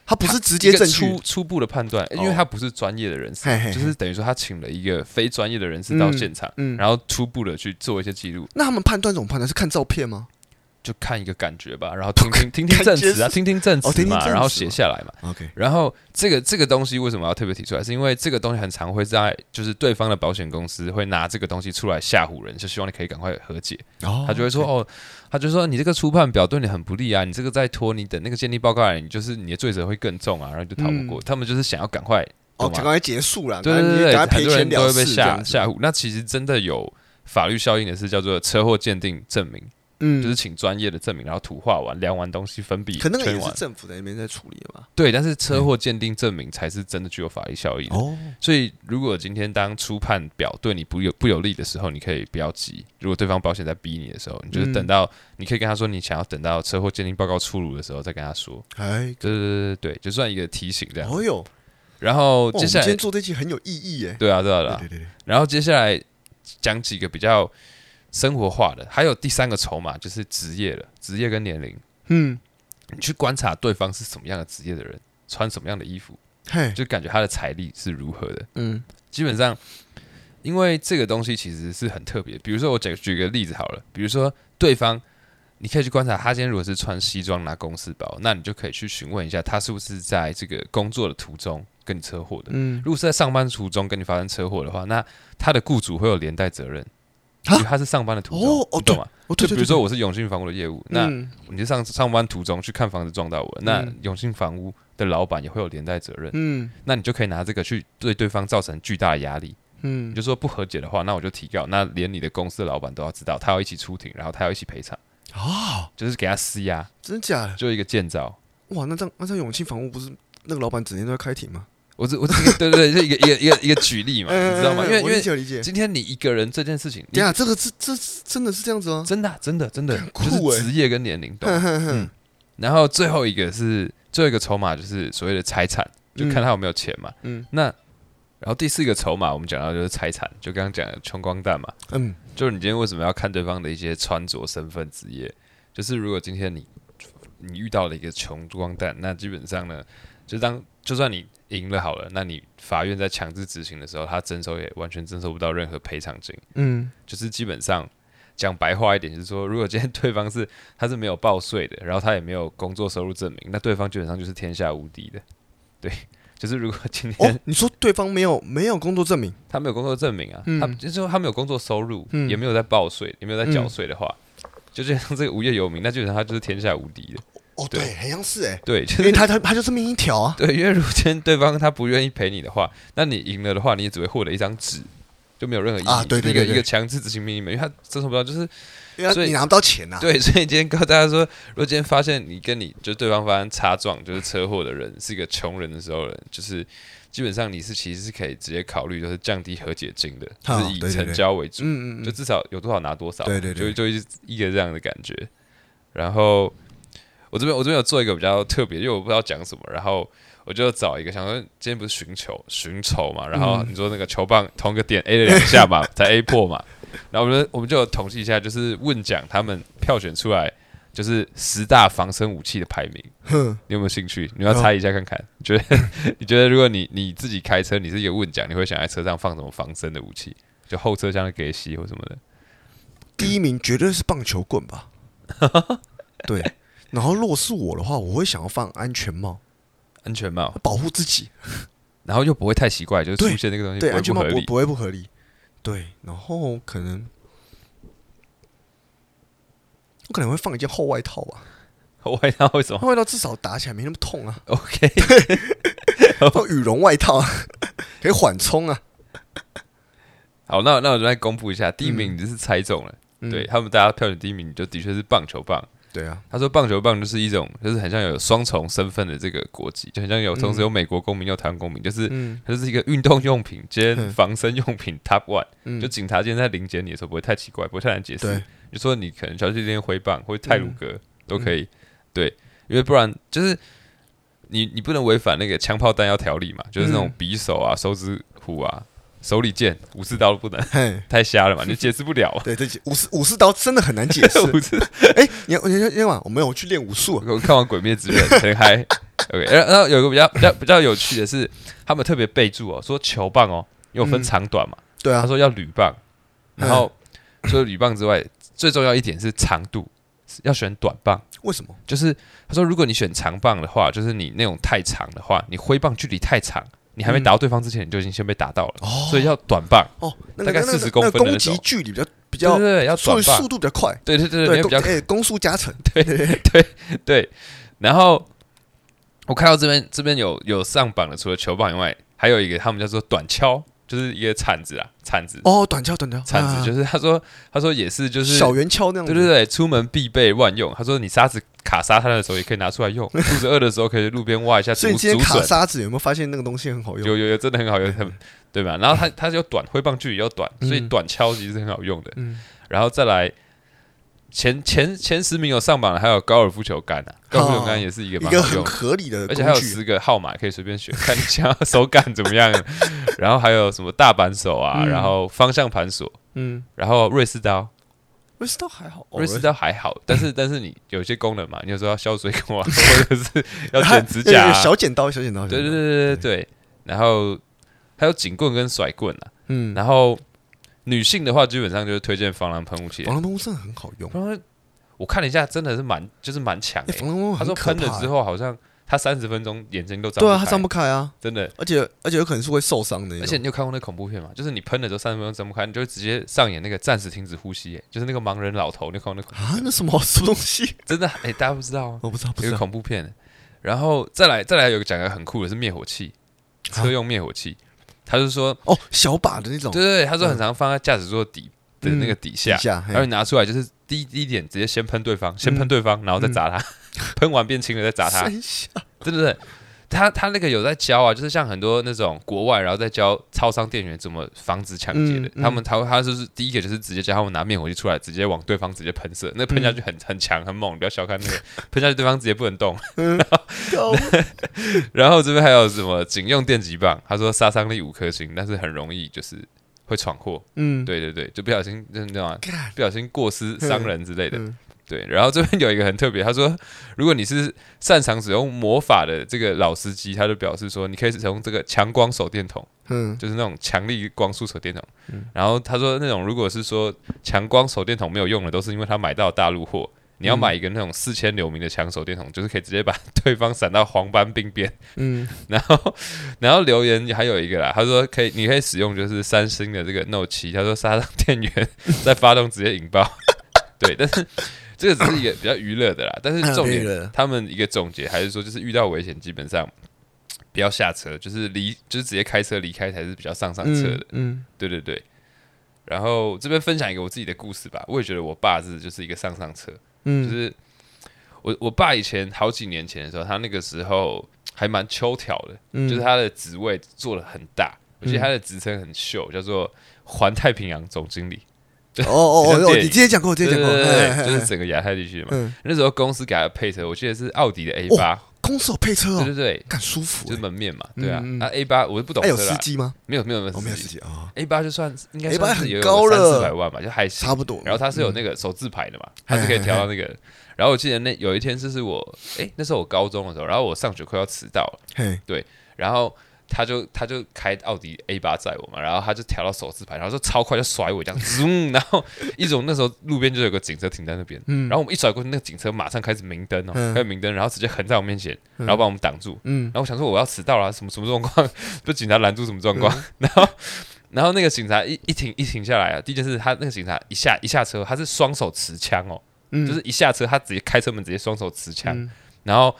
B: 他不是直
C: 一
B: 接
C: 个
B: 证据哦
C: 初，初步的判断，因为他不是专业的人士，
B: 嘿嘿嘿
C: 就是等于说他请了一个非专业的人士到
B: 嗯
C: 现场，
B: 嗯
C: 然后初步的去做一些记录，
B: 那他们判断怎么判断？是看照片吗？
C: 就看一个感觉吧，然后
B: [laughs]
C: 听听听听证词啊，听听证
B: 哦
C: 词
B: 听听
C: 嘛，
B: 证词
C: 然后写下来嘛。
B: OK，
C: 然后这个这个东西为什么要特别提出来？是因为这个东西很常会在就是对方的保险公司会拿这个东西出来吓唬人，就希望你可以赶快和解。
B: 哦
C: 他就会说
B: OK
C: 哦，他就说你这个初判表对你很不利啊，你这个再拖，你等那个鉴定报告来，你就是你的罪责会更重啊，然后就逃不过。他们就是想要赶快，
B: 嗯哦，
C: 懂吗
B: 赶快结束了，
C: 对
B: 然后
C: 对
B: 你
C: 对
B: 就
C: 对，
B: 赶快
C: 很
B: 赔
C: 多
B: 钱
C: 人都
B: 了
C: 会被
B: 事，这
C: 吓
B: 样子
C: 吓唬。那其实真的有法律效应的是叫做车祸鉴定证明，
B: 嗯，
C: 就是请专业的证明，然后图画完、量完东西、粉笔
B: 可那个
C: 圈
B: 也是
C: 完。
B: 政府在那边在处理的嘛。
C: 对，但是车祸鉴定证明才是真的具有法律效益的。
B: 哦，
C: 所以，如果今天当初判表对你不有不有利的时候，你可以不要急。如果对方保险在逼你的时候，你就是
B: 嗯
C: 等到、你可以跟他说你想要等到车祸鉴定报告出炉的时候再跟他说。
B: 哎，
C: 对对对对对，就算一个提醒这样。
B: 哦哟，
C: 然后
B: 哦我
C: 啊接
B: 们
C: 下
B: 今
C: 来
B: 天，做这期很有意义耶。
C: 对啊对啊对
B: 对
C: 啊
B: 对，对，对
C: 然后接下来讲几个比较生活化的，还有第三个筹码就是职业了，职业跟年龄，
B: 嗯，
C: 你去观察对方是什么样的职业的人，穿什么样的衣服，
B: 嘿，
C: 就感觉他的财力是如何的。
B: 嗯，
C: 基本上，因为这个东西其实是很特别。比如说，我举举个例子好了，比如说对方，你可以去观察他今天如果是穿西装拿公事包，那你就可以去询问一下他是不是在这个工作的途中跟你车祸的。
B: 嗯，
C: 如果是在上班途中跟你发生车祸的话，那他的雇主会有连带责任，
B: 啊
C: 因为他是上班的途中
B: 哦，哦
C: 你懂吗？
B: 哦，
C: 就
B: 对
C: 比
B: 对，
C: 如
B: 对
C: 说，我是永信房屋的业务，那
B: 嗯
C: 你是上上班途中去看房子撞到我，那
B: 嗯
C: 永信房屋的老板也会有连带责任，
B: 嗯
C: 那你就可以拿这个去对对方造成巨大的压力。你
B: 嗯，
C: 就说不和解的话，那我就提告，那连你的公司的老板都要知道，他要一起出庭，然后他要一起赔偿，
B: 哦，
C: 就是给他施压，
B: 真假的？
C: 就一个建造。
B: 哇，那张那张永庆房屋不是那个老板整天都在开庭吗？
C: 我只我只对对对，就一个一个一个一个举例嘛，啊
B: 嗯
C: 你知道吗？因为因
B: 我理
C: 为
B: 解我理解。
C: 今天你一个人这件事情，你
B: 哎等一下，这个是这是真的是这样子吗？
C: 真的啊真的真的
B: 很酷
C: 就是
B: 欸
C: 职业跟年龄懂吗。
B: 哼
C: 嗯
B: 哼哼，
C: 然后最后一个是最后一个筹码就是所谓的财产，就看他有没有钱嘛。
B: 嗯
C: 那然后第四个筹码我们讲到就是财产，就刚刚讲的穷光蛋嘛。
B: 嗯，
C: 就是你今天为什么要看对方的一些穿着、身份、职业？就是如果今天你你遇到了一个穷光蛋，那基本上呢，就当就算你赢了好了，那你法院在强制执行的时候，他征收也完全征收不到任何赔偿金，
B: 嗯
C: 就是基本上。讲白话一点，就是说，如果今天 [laughs] 对方是他是没有报税的，然后他也没有工作收入证明，那对方基本上就是天下无敌的。对，就是如果今天
B: 哦，你说对方没有没有工作证明，
C: 他没有工作证明啊，
B: 嗯
C: 他就是说他没有工作收入，
B: 嗯
C: 也没有在报税，也没有在缴税的话，就就像这个无业游民，那基本上他就是天下无敌的。
B: 哦，
C: 对
B: 对，很像是哎，
C: 对，就
B: 因
C: 是
B: 为他他他就这么一条啊，
C: 对，因为如果今天对方他不愿意赔你的话，那你赢了的话，你也只会获得一张纸，就没有任何意义。
B: 啊对对
C: 就是一
B: 对
C: 个
B: 对
C: 一个强制执行命令嘛，因为他遵守不到，就是
B: 因为
C: 所
B: 他
C: 以
B: 你拿不到钱啊呐。
C: 啊对，所以今天告诉大家说，如果今天发现你跟你就对方发生擦撞，就是车祸的人是一个穷人的时候呢，就是基本上你是其实是可以直接考虑，就是降低和解金的，就
B: 好
C: 是以
B: 对对对
C: 成交为主。
B: 嗯嗯
C: 就
B: 嗯，
C: 至少有多少拿多少，
B: 对对对
C: 就就一一个这样的感觉。然后我这边我这边有做一个比较特别，因为我不知道讲什么，然后我就找一个想说今天不是寻求寻仇
B: 嗯
C: 嘛，然后你说那个球棒同个点 A 了两下嘛， [laughs] 才 A 破嘛，然后我们就我们就有统计一下，就是问讲他们票选出来就是十大防身武器的排名，
B: 哼，
C: 你有没有兴趣？你要猜一下看看，
B: [laughs]
C: 觉得你觉得如果你你自己开车，你是一个问讲，你会想在车上放什么防身的武器？就后车厢的给吸或什么的？
B: 第一名绝对是棒球
C: [laughs]
B: 棍吧？对，然后如果是我的话，我会想要放安全帽
C: 安全帽，
B: 保护自己，
C: 然后又不会太奇怪，就是
B: 对
C: 出现那个东西
B: 对，
C: 哎不会
B: 安全
C: 不
B: 帽
C: 合
B: 不
C: 理。
B: 不会不合理，对，然后可能我可能会放一件厚外套吧，
C: [laughs] 外套为什么
B: 厚外套至少打起来没那么痛啊，
C: ？OK，
B: 放羽绒外套啊， [laughs] 可以缓冲啊，
C: 好，那那我就来公布一下，第一名你就是猜中了，
B: 嗯
C: 对他们大家票选第一名，你就的确是棒球棒。
B: 对啊，
C: 他说棒球棒就是一种，就是很像有双重身份的这个国籍，就很像有同时有美国公民又有台湾公民，就是
B: 嗯
C: 它就是一个运动用品兼
B: 嗯
C: 防身用品 Top One。
B: 嗯
C: 就警察今天在临检你的时候不会太奇怪，不会太难解释
B: 对。
C: 就说你可能小去练挥棒或泰鲁格都可以，对，因为不然就是你你不能违反那个枪炮弹药条例嘛，就是那种
B: 嗯
C: 匕首啊、手指虎啊、手里剑、武士刀都不能，
B: 嘿。。
C: 太瞎 [laughs] 了嘛，你解释不了
B: 对，这解武士武士刀真的很难解释。
C: [laughs] 武士，
B: 哎、你要你要你要嘛，我没有我去练武术啊、
C: 我看完《鬼灭之刃》很嗨。OK，然 [laughs] 后然后有一个比较比较比较有趣的是，他们特别备注哦，说球棒哦，因为我分
B: 嗯
C: 长短嘛，
B: 对啊
C: 他，说要铝棒，
B: 嗯
C: 然后除了铝棒之外，最重要一点是长度，要选短棒，
B: 为什么？
C: 就是他说如果你选长棒的话，就是你那种太长的话，你挥棒距离太长，你还没打到对方之前，你就已经先被打到了，
B: 哦
C: 所以要短棒。
B: 哦，那个
C: 大概
B: 那个
C: 40
B: 那
C: 公
B: 个
C: 分的那
B: 攻击
C: 种
B: 距离比较
C: 对
B: 比较
C: 对，对，要
B: 所
C: 短
B: 以
C: 棒
B: 速。度比较快，
C: 对对对对，你
B: 攻
C: 比较
B: 哎攻速加成，
C: [laughs] 对，然后我看到这边这边有有上榜的，除了球棒以外，还有一个他们叫做短敲，就是一个铲子啊，铲子，
B: 哦，短敲短敲，
C: 铲子就是是他说他说也是就是
B: 小圆敲那样子，
C: 对对对，出门必备万用。他说你沙子卡沙滩的时候也可以拿出来用，肚子饿的时候可以去路边挖一下竹
B: 所以你今天
C: 竹
B: 卡
C: 笋，
B: 沙子有没有发现那个东西很好用？
C: 有有有，真的很好用，很对吧？然后它它有短挥棒距离又短，所以
B: 嗯
C: 短敲其实是很好用的。
B: 嗯，
C: 然后再来前前前十名有上榜的，还有高尔夫球杆啊，高尔夫球杆也是一个
B: 哦一
C: 蛮
B: 个
C: 好用
B: 很
C: 的。
B: 合理的
C: 而
B: 工
C: 且还有
B: 具，
C: 十个号码可以随便选，看你想要手感怎么
B: [laughs]
C: 样。然后还有什么大扳手啊，
B: 嗯
C: 然后方向盘锁，
B: 嗯，
C: 然后瑞士刀，
B: 瑞士刀还好，
C: 瑞
B: [laughs]
C: 士刀还好，但是但是你有些功能嘛，你有时候要削水
B: [laughs]
C: 果啊，或者是要剪指甲、
B: 有有
C: 啊，
B: 哎小剪刀，小剪刀，
C: 对对
B: 小剪刀，
C: 对对对，然后还有警棍跟甩棍啊，
B: 嗯，
C: 然后女性的话基本上就是推荐防狼喷雾器，
B: 防狼喷雾真的很好用，
C: 然后我看了一下，真的是蛮就是蛮强
B: 哎，
C: 的、
B: 防狼喷雾
C: 他
B: 很
C: 说
B: 可
C: 喷了
B: 怕
C: 之
B: 欸，
C: 后好像他三十分钟眼睛都张
B: 对啊，
C: 开
B: 它张不开啊，
C: 真的。
B: 而且而且有可能是会受伤的那种，
C: 而且你有看过那恐怖片吗？就是你喷了之后三十分钟睁不开，你就会直接上演那个暂时停止呼吸、欸，就是那个盲人老头，你有看过那恐怖
B: 啊，那什么什么东西，
C: 真的哎、欸大家不知道啊，
B: [laughs] 我不知哦道，不
C: 有个
B: 知道，
C: 恐怖片，然后再来再来有个讲个很酷的是灭火器，
B: 啊
C: 车用灭火器，他就说，
B: 哦，小把的那种
C: 对，对对，他说
B: 嗯
C: 很常放在驾驶座底的那个底
B: 底
C: 下，
B: 下，嘿
C: 然后你拿出来就是第一第一点直接先喷对方，先喷对
B: 嗯
C: 方，然后再砸他， [laughs] 喷完变轻了再砸他，[laughs]
B: 三下，
C: 对对对。他他那个有在教啊，就是像很多那种国外，然后在教超商店员怎么防止抢劫的。
B: 嗯嗯
C: 他们他他就是第一个就是直接教他们拿灭火器出来，直接往对方直接喷射，那喷下去很、很强很猛，不要小看那
B: [laughs]
C: 个喷下去，对方直接不能动。 [laughs]
B: 高
C: 然后这边还有什么警用电击棒？他说杀伤力五颗星，但是很容易就是会闯祸。
B: 嗯，
C: 对对对，就不小心就是那种啊
B: 干，
C: 不小心过失伤人之类的。
B: 嗯
C: 对，然后这边有一个很特别，他说如果你是擅长使用魔法的这个老司机，他就表示说你可以使用这个强光手电筒，
B: 嗯，
C: 就是那种强力光束手电筒。然后他说那种如果是说强光手电筒没有用的，都是因为他买到大陆货。你
B: 嗯
C: 要买一个那种四千流明的强手电筒，就是可以直接把 [laughs] 对方闪到黄斑病变。
B: 嗯，
C: [laughs] 然后，然后留言还有一个啦，他说可以，你可以使用就是三星的这个 Note 七，他说杀伤电源再发动直接引爆。 [laughs] 对，但是这个只是一个比较娱乐的
B: [laughs]
C: 啦，但是重
B: 啊娱乐
C: 点他们一个总结还是说，就是遇到危险基本上不要下车，就是离就是直接开车离开才是比较上上策的。
B: 嗯，
C: 对对对。然后这边分享一个我自己的故事吧，我也觉得我爸是就是一个上上车，就
B: 嗯嗯，
C: 是我我爸以前好几年前的时候，他那个时候还蛮秋条的，
B: 嗯
C: 就是他的职位做的很大，我记得他的职称很秀，叫做环太平洋总经理，[laughs]
B: 哦哦
C: 像
B: 哦哦，
C: 电影
B: 你之前讲过，之
C: 对
B: 前
C: 对
B: 讲
C: 对
B: 过，
C: 对对，
B: 哎
C: 就是整个亚太地区的嘛
B: 嗯。
C: 那时候公司给他的配车，我记得是奥迪的 A
B: 哦
C: 八，
B: 空手配车
C: 对对
B: 哦，
C: 对，
B: 干舒服
C: 就是
B: 欸，
C: 门面嘛，对啊。
B: 嗯嗯
C: 那 A 八我是不懂
B: 还有
C: 车
B: 司
C: 啦，
B: 机吗？
C: 没有没有没
B: 哦，没
C: 有
B: 有
C: 司
B: 司
C: 机
B: 机啊，
C: ，A 八就算应该
B: A8
C: 算
B: 很
C: 是也有
B: 高
C: 三四
B: 了
C: 百万吧，就还行。
B: 差不多。嗯
C: 然后它是有那个手自排的嘛，它是可以调到
B: [laughs]
C: 那个。然后我记得那有一天就是我，诶，那时候我高中的时候，然后我上学快要迟到了，
B: 嘿，
C: 然后他就他就开奥迪 A 八载我嘛，然后他就调到手自排，然后就超快就甩我这样，zoom，然 [laughs] 后一种那时候路边就有个警车停在那边，
B: 嗯
C: 然后我们一甩过去，那个警车马上开始明灯哦，
B: 嗯
C: 开始明灯，然后直接横在我面前，然后把我们挡住，
B: 嗯
C: 然后我想说我要迟到了、啊什么什么状况？ [laughs] 被警察拦住什么状况？[laughs]
B: 嗯
C: 然后然后那个警察一一停一停下来啊，第一件事他那个警察一下一下车，他是双手持枪哦，
B: 嗯
C: 就是一下车他直接开车门直接双手持枪，
B: 嗯
C: 然后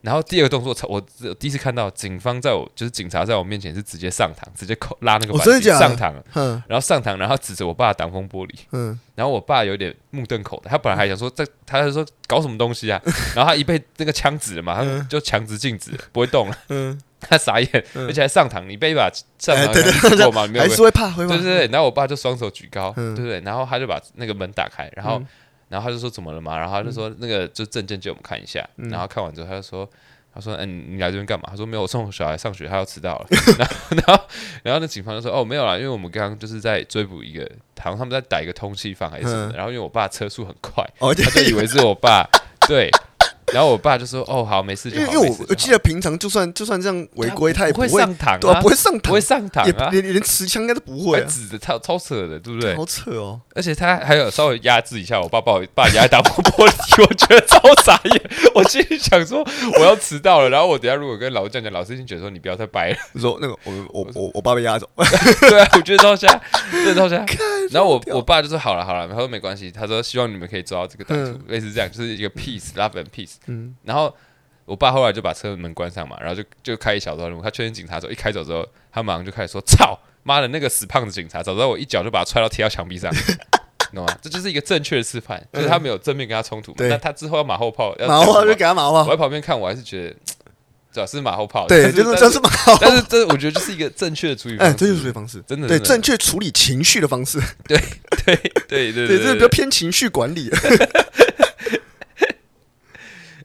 C: 然后第二个动作超我只有第一次看到警方在我就是警察在我面前是直接上膛，直接扣拉那个
B: 哦
C: 扳
B: 真的
C: 机
B: 假的
C: 上膛，
B: 嗯
C: 然后上膛，然后指着我爸的挡风玻璃，
B: 嗯，
C: 然后我爸有点目瞪口呆，他本来还想说在，他就说搞什么东西啊，然后他一被那个枪指了嘛，他就强制禁止，不会动了，
B: 嗯
C: [laughs] 他傻眼，
B: 嗯
C: 而且还上膛，你被一把上
B: 哎
C: 膛
B: 对对
C: 枪指过吗？你没有
B: 还
C: 被，
B: 是会怕，会怕
C: 对对。对，然后我爸就双手举高，对
B: 嗯
C: 对，对然后他就把那个门打开，然后然后他就说怎么了嘛，然后他就
B: 嗯
C: 说那个就证件借我们看一下，然后看完之后他就说。他说：“嗯、你来这边干嘛？”他说：“没有，我送我小孩上学，他要迟到了。 [laughs] 然后”然后，然后那警方就说：“哦，没有啦，因为我们刚刚就是在追捕一个，好像他们在逮一个通缉犯还是什么的。
B: 嗯
C: 然后因为我爸车速很快，
B: 哦，对
C: 他就以为是我爸，对。然后我爸就说：“哦，好，没事就
B: 因为
C: 好。
B: 因为
C: 没事
B: 我
C: 就
B: 我记
C: 好
B: 得平常就算就算这样违规，他也
C: 不会
B: 会
C: 上堂
B: 对
C: 啊，
B: 啊，不会上
C: 不
B: 堂
C: 会，上堂
B: 也
C: 啊，
B: 连连持枪应该都不会
C: 会
B: 啊，
C: 指着他超扯的，对不对？
B: 好扯哦。
C: 而且他还有稍微压制一下我爸，把我爸压在打破玻璃， [laughs] 我觉得超傻眼。我心里想说我要迟到了，然后我等一下如果跟老师讲讲，老师已经觉得说你不要再掰了。
B: 你说那个我我我我爸被压走， [laughs]
C: 对啊，我觉得超瞎，真的超瞎。然后我
B: 屌
C: 我爸就说好了好了，他说没关系，他说希望你们可以抓到这个歹徒，类似这样，就是一个 peace love and peace。
B: 嗯，
C: 然后我爸后来就把车门关上嘛，然后就就开一小段路。他确认警察走，一开走之后，他马上就开始说：“操妈的，那个死胖子警察！”早知道我一脚就把他踹到贴到墙壁
B: [laughs]
C: 上，你懂吗？这就是一个正确的示范，就是他没有正面跟他冲突嘛，
B: 嗯对
C: 但他之后要马后炮，要
B: 马后啊炮就给他马后
C: 呃我
B: 炮，
C: 在旁边看，我还是觉得，主要是马后炮。
B: 对，
C: 但
B: 就
C: 但
B: 是这是马后炮，
C: 但是这我觉得就是一个正确的处理方
B: 哎，
C: 式，
B: 这就是处理方式。
C: 真的
B: 对
C: 真
B: 正
C: 的
B: 确处理情绪的方式，
C: 对对对
B: 对，这个比
C: 对。
B: 较偏情绪管理。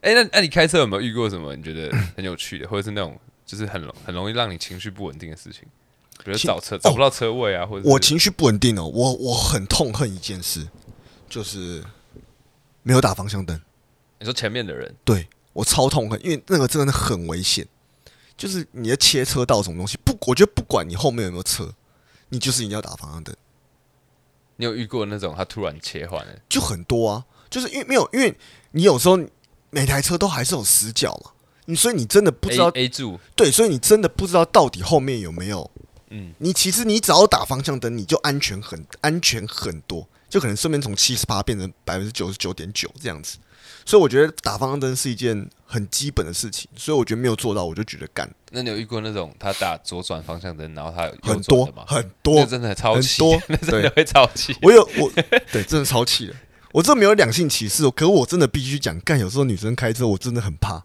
C: 哎，那那你开车有没有遇过什么你觉得很有趣的，或者是那种就是很容很容易让你情绪不稳定的事情？比如
B: 情哦
C: 找车找不到车位啊，或者是
B: 我情绪不稳定哦，我我很痛恨一件事，就是没有打方向灯。
C: 你说前面的人，
B: 对我超痛恨，因为那个真的很危险，就是你要切车道什么东西，不，我觉得不管你后面有没有车，你就是一定要打方向灯，
C: 你有遇过那种他突然切换的？
B: 就很多啊，就是因为没有，因为你有时候每台车都还是有死角嘛，你所以你真的不知道，
C: A A 柱，
B: 对，所以你真的不知道到底后面有没有，
C: 嗯，
B: 你其实你只要打方向灯，你就安全很安全很多，就可能顺便从七十八变成百分之九十九点九这样子。所以我觉得打方向灯是一件很基本的事情，所以我觉得没有做到，我就觉得干
C: 那你有遇过那种他打左转方向灯，然后他有右
B: 很
C: 转
B: 多
C: 的吗？
B: 很
C: 那
B: 多
C: 真的超
B: 很
C: 气，，
B: 多
C: 那真的
B: 对，
C: 会超气。
B: 我有我对真的超气的，我这没有两性歧视哦，可是我真的必须讲，干有时候女生开车我真的很怕，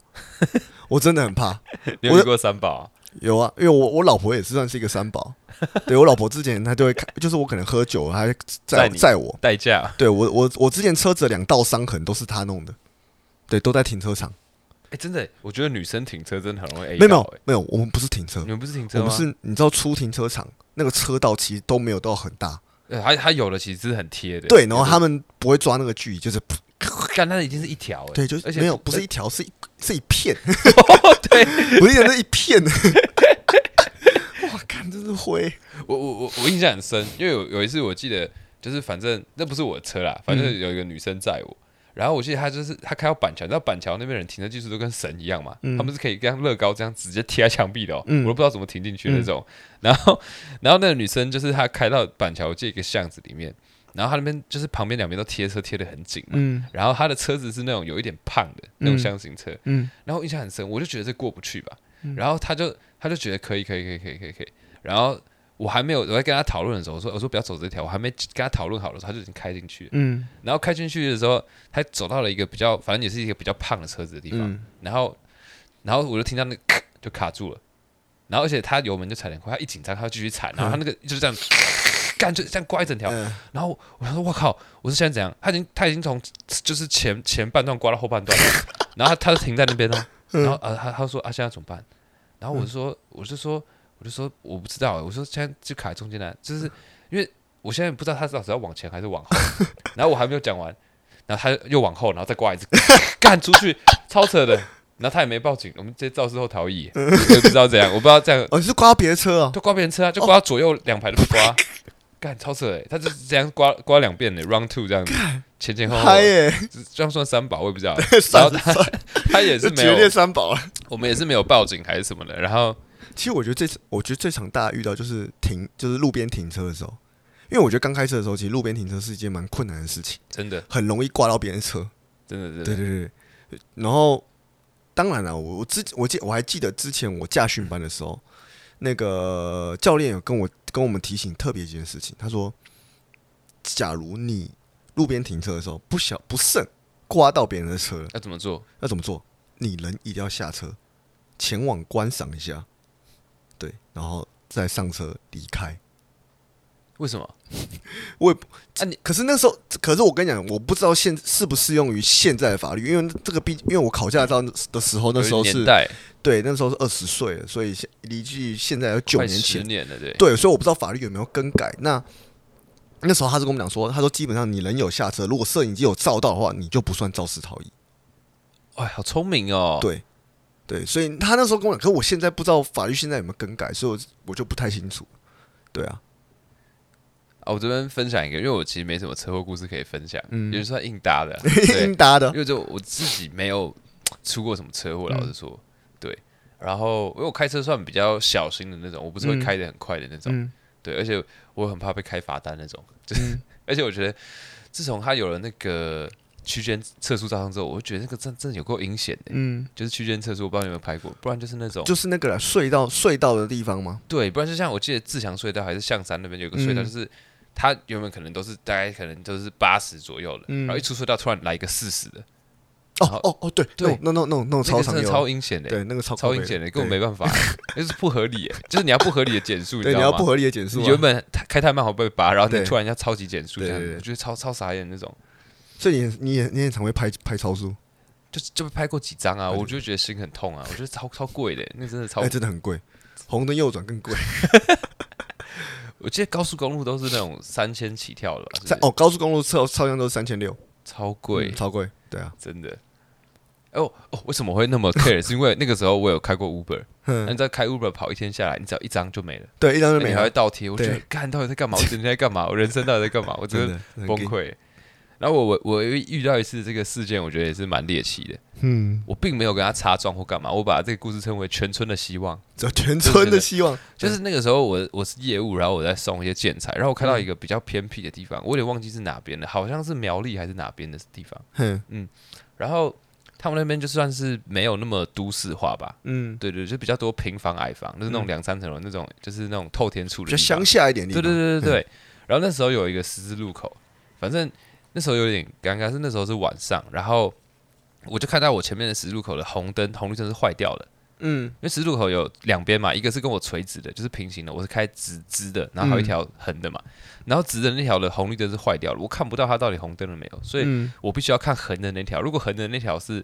B: 我真的很怕。
C: 你有遇过三宝啊？
B: 有啊，因为我我老婆也是算是一个三宝，对我老婆之前她就会开，就是我可能喝酒，她
C: 载
B: 载
C: 你
B: 载我，
C: 代驾，啊
B: 对我我我之前车子的两道伤痕都是她弄的，对，都在停车场。
C: 哎，真的，我觉得女生停车真的很容易 A
B: 没有没
C: 到
B: 有
C: 欸
B: 没有，我们不是停车
C: 你，们不是停
B: 我
C: 车吗？
B: 们是你知道出停车场那个车道其实都没有到很大，
C: 呃，他他有的其实是很贴的，
B: 对，然后他们不会抓那个距离，就是
C: 干，那已经是一条欸，
B: 对，就是
C: 而且
B: 没有，不是一条，是一是一 [laughs] 片，哦 [laughs] 对，我一想是一片。 [laughs] 哇，看真是灰，
C: 我我我我印象很深，因为有有一次我记得，就是反正那不是我的车啦，反
B: 嗯
C: 正有一个女生载我，然后我记得她就是她开到板桥，你知道板桥那边人停车技术都跟神一样嘛，他们是可以跟乐高这样直接贴在墙壁的哦，
B: 嗯
C: 我都不知道怎么停进去的那种。然后然后那个女生就是她开到板桥这个巷子里面，然后她那边就是旁边两边都贴车贴的很紧嘛，
B: 嗯
C: 然后她的车子是那种有一点胖的那种
B: 嗯
C: 箱型车，
B: 嗯，
C: 然后我印象很深，我就觉得这过不去吧。然后他就他就觉得可以可以可以可以可以可以。然后我还没有我在跟他讨论的时候，我说我说不要走这条，我还没跟他讨论好的时候，他就已经开进去了。
B: 嗯
C: 然后开进去的时候，他走到了一个比较，反正也是一个比较胖的车子的地方。
B: 嗯
C: 然后然后我就听到那个咔就卡住了，然后而且他油门就踩得很快，他一紧张他就继续踩，然后他那个就是这样。 [laughs] 干就这样刮一整条，
B: 嗯
C: 然后我想说，我靠，我是现在怎样？他已经他已经从就是前前半段刮到后半段了，然后他他就停在那边哦，然后呃他他说啊现在怎么办？然后我就说我就说我就说我不知道，欸我说现在就卡在中间了，就是因为我现在不知道他到底是要往前还是往后， [laughs] 然后我还没有讲完，然后他又往后，然后再刮一次， [laughs] 干出去，超扯的，然后他也没报警，我们直接肇事后逃逸，欸我也不知道怎样，我不知道这样
B: 哦，你是刮别的车啊？
C: 就刮别人车啊，就刮左右两排都不刮，干超扯哎，他就是这样刮刮两遍的 round two 这样子，前前后后
B: 嗨耶，
C: 这样算三宝我也不知道，然哦后
B: 三
C: 他他也是
B: 这
C: 没
B: 绝对
C: 有，
B: 三宝了。
C: 我们也是没有报警还是什么的，然后
B: 其实我觉得这次，我觉得最常大家遇到就是停，就是路边停车的时候，因为我觉得刚开车的时候，其实路边停车是一件蛮困难的事情，
C: 真的
B: 很容易挂到别人的车。
C: 真的真的
B: 对对对，对然后当然了，我我之我记我还记得之前我驾训班的时候，那个教练有跟我跟我们提醒特别一件事情，他说，假如你路边停车的时候不小不慎刮到别人的车了，
C: 要怎么做？
B: 要怎么做？你人一定要下车，前往观赏一下，对，然后再上车离开。
C: 为什么？
B: 啊你可是那时候，可是我跟你讲，我不知道现适不适用于现在的法律，因为这个毕，因为我考驾照的时候，那时
C: 有
B: 候
C: 一个
B: 是
C: 年代
B: 对，那时候是二十岁了，所以现离距现在有九
C: 快
B: 年
C: 十
B: 前，
C: 年了，对，
B: 对，所以我不知道法律有没有更改。那那时候他是跟我们讲说，他说基本上你人有下车，如果摄影机有照到的话，你就不算肇事逃逸。
C: 哎，好聪明哦！
B: 对对，所以他那时候跟我讲，可我现在不知道法律现在有没有更改，所以我我就不太清楚。对啊，
C: 啊，我这边分享一个，因为我其实没什么车祸故事可以分享，
B: 嗯
C: 也就是算硬搭的啊。
B: [laughs]
C: 对
B: 英达的
C: 因为就我自己没有出过什么车祸，老实说，
B: 嗯
C: 对。然后因为我开车算比较小心的那种，我不是会
B: 嗯
C: 开的很快的那种，
B: 嗯
C: 对。而且我很怕被开罚单那种， [laughs] 就是、而且我觉得自从他有了那个区间测速照相之后，我就觉得那个真真的有够阴险的，
B: 嗯，
C: 就是区间测速，我不知道你有没有拍过，不然就是那种
B: 就是那个啦隧道隧道的地方吗？
C: 对，不然就像我记得自强隧道还是象山那边有个隧道，
B: 嗯
C: 就是它原本可能都是大概可能都是八十左右的，
B: 嗯
C: 然后一出隧道突然来一个四十的，
B: 哦哦哦，对
C: 对
B: 那种那种那种
C: 那
B: 超
C: 个
B: 长
C: 真的
B: 有，
C: 超阴险的，
B: 对那个超
C: 超
B: 靠
C: 阴
B: 北
C: 险的，
B: 对
C: 根本没办法，啊就是不合理耶，就是你要不合理的减速，
B: 对
C: 知
B: 你要
C: 道吗？
B: 不合理的减速
C: 你
B: 啊，
C: 原本开太慢好被拔，然后你
B: 对
C: 突然要超级减速，这
B: 对
C: 样
B: 对对
C: 我觉得超超傻眼那种，
B: 所以你你也你也常会拍拍超速，
C: 就就拍过几张啊，
B: 对
C: 我就觉得心很痛啊，我觉得超超贵的，那真的超
B: 哎，，真的很贵，红灯右转更贵。
C: 我记得高速公路都是那种三千起跳了吧，是
B: 在
C: 不是
B: 哦，高速公路车超像都是三千六，
C: 超贵
B: 嗯，超贵，对啊，
C: 真的。哦哦，为什么会那么 care？是因为那个时候我有开过
B: [laughs]
C: Uber，那
B: 嗯，
C: 你知道开 Uber 跑一天下来，你只要一张就没了，
B: 对，一张就
C: 哎你
B: 没
C: 还会
B: 了，
C: 倒贴。我觉
B: 对
C: 得干到底在干嘛？我整天在干嘛？我人生到底在干
B: [laughs]
C: 嘛？我真
B: 真
C: 的
B: 的很
C: 崩
B: 硬。
C: 溃。然后我我我遇到一次这个事件，我觉得也是蛮猎奇的。
B: 嗯，
C: 我并没有跟他擦撞或干嘛，我把这个故事称为全村的希望。
B: 这全村的希望，
C: 就是那个时候我我是业务，然后我在送一些建材，然后我看
B: 嗯
C: 到一个比较偏僻的地方，我有点忘记是哪边的，好像是苗栗还是哪边的地方。嗯
B: 哼，
C: 然后他们那边就算是没有那么都市化吧，
B: 嗯，
C: 对对，就比较多平房矮房，就是那种
B: 嗯
C: 两三层楼那种，就是那种透天处
B: 比
C: 的
B: 较
C: 地方
B: 乡下一点地
C: 对
B: 方，
C: 对对对对。
B: 嗯
C: 然后那时候有一个十字路口，反正那时候有点尴尬，是那时候是晚上，然后我就看到我前面的十字路口的红灯，红绿灯是坏掉的，
B: 嗯
C: 因为十字路口有两边嘛，一个是跟我垂直的，就是平行的，我是开直直的，然后还有一条横的嘛，然后直的那条的红绿灯是坏掉了，我看不到它到底红灯了没有，所以
B: 嗯，
C: 我必须要看横的那条，如果横的那条是。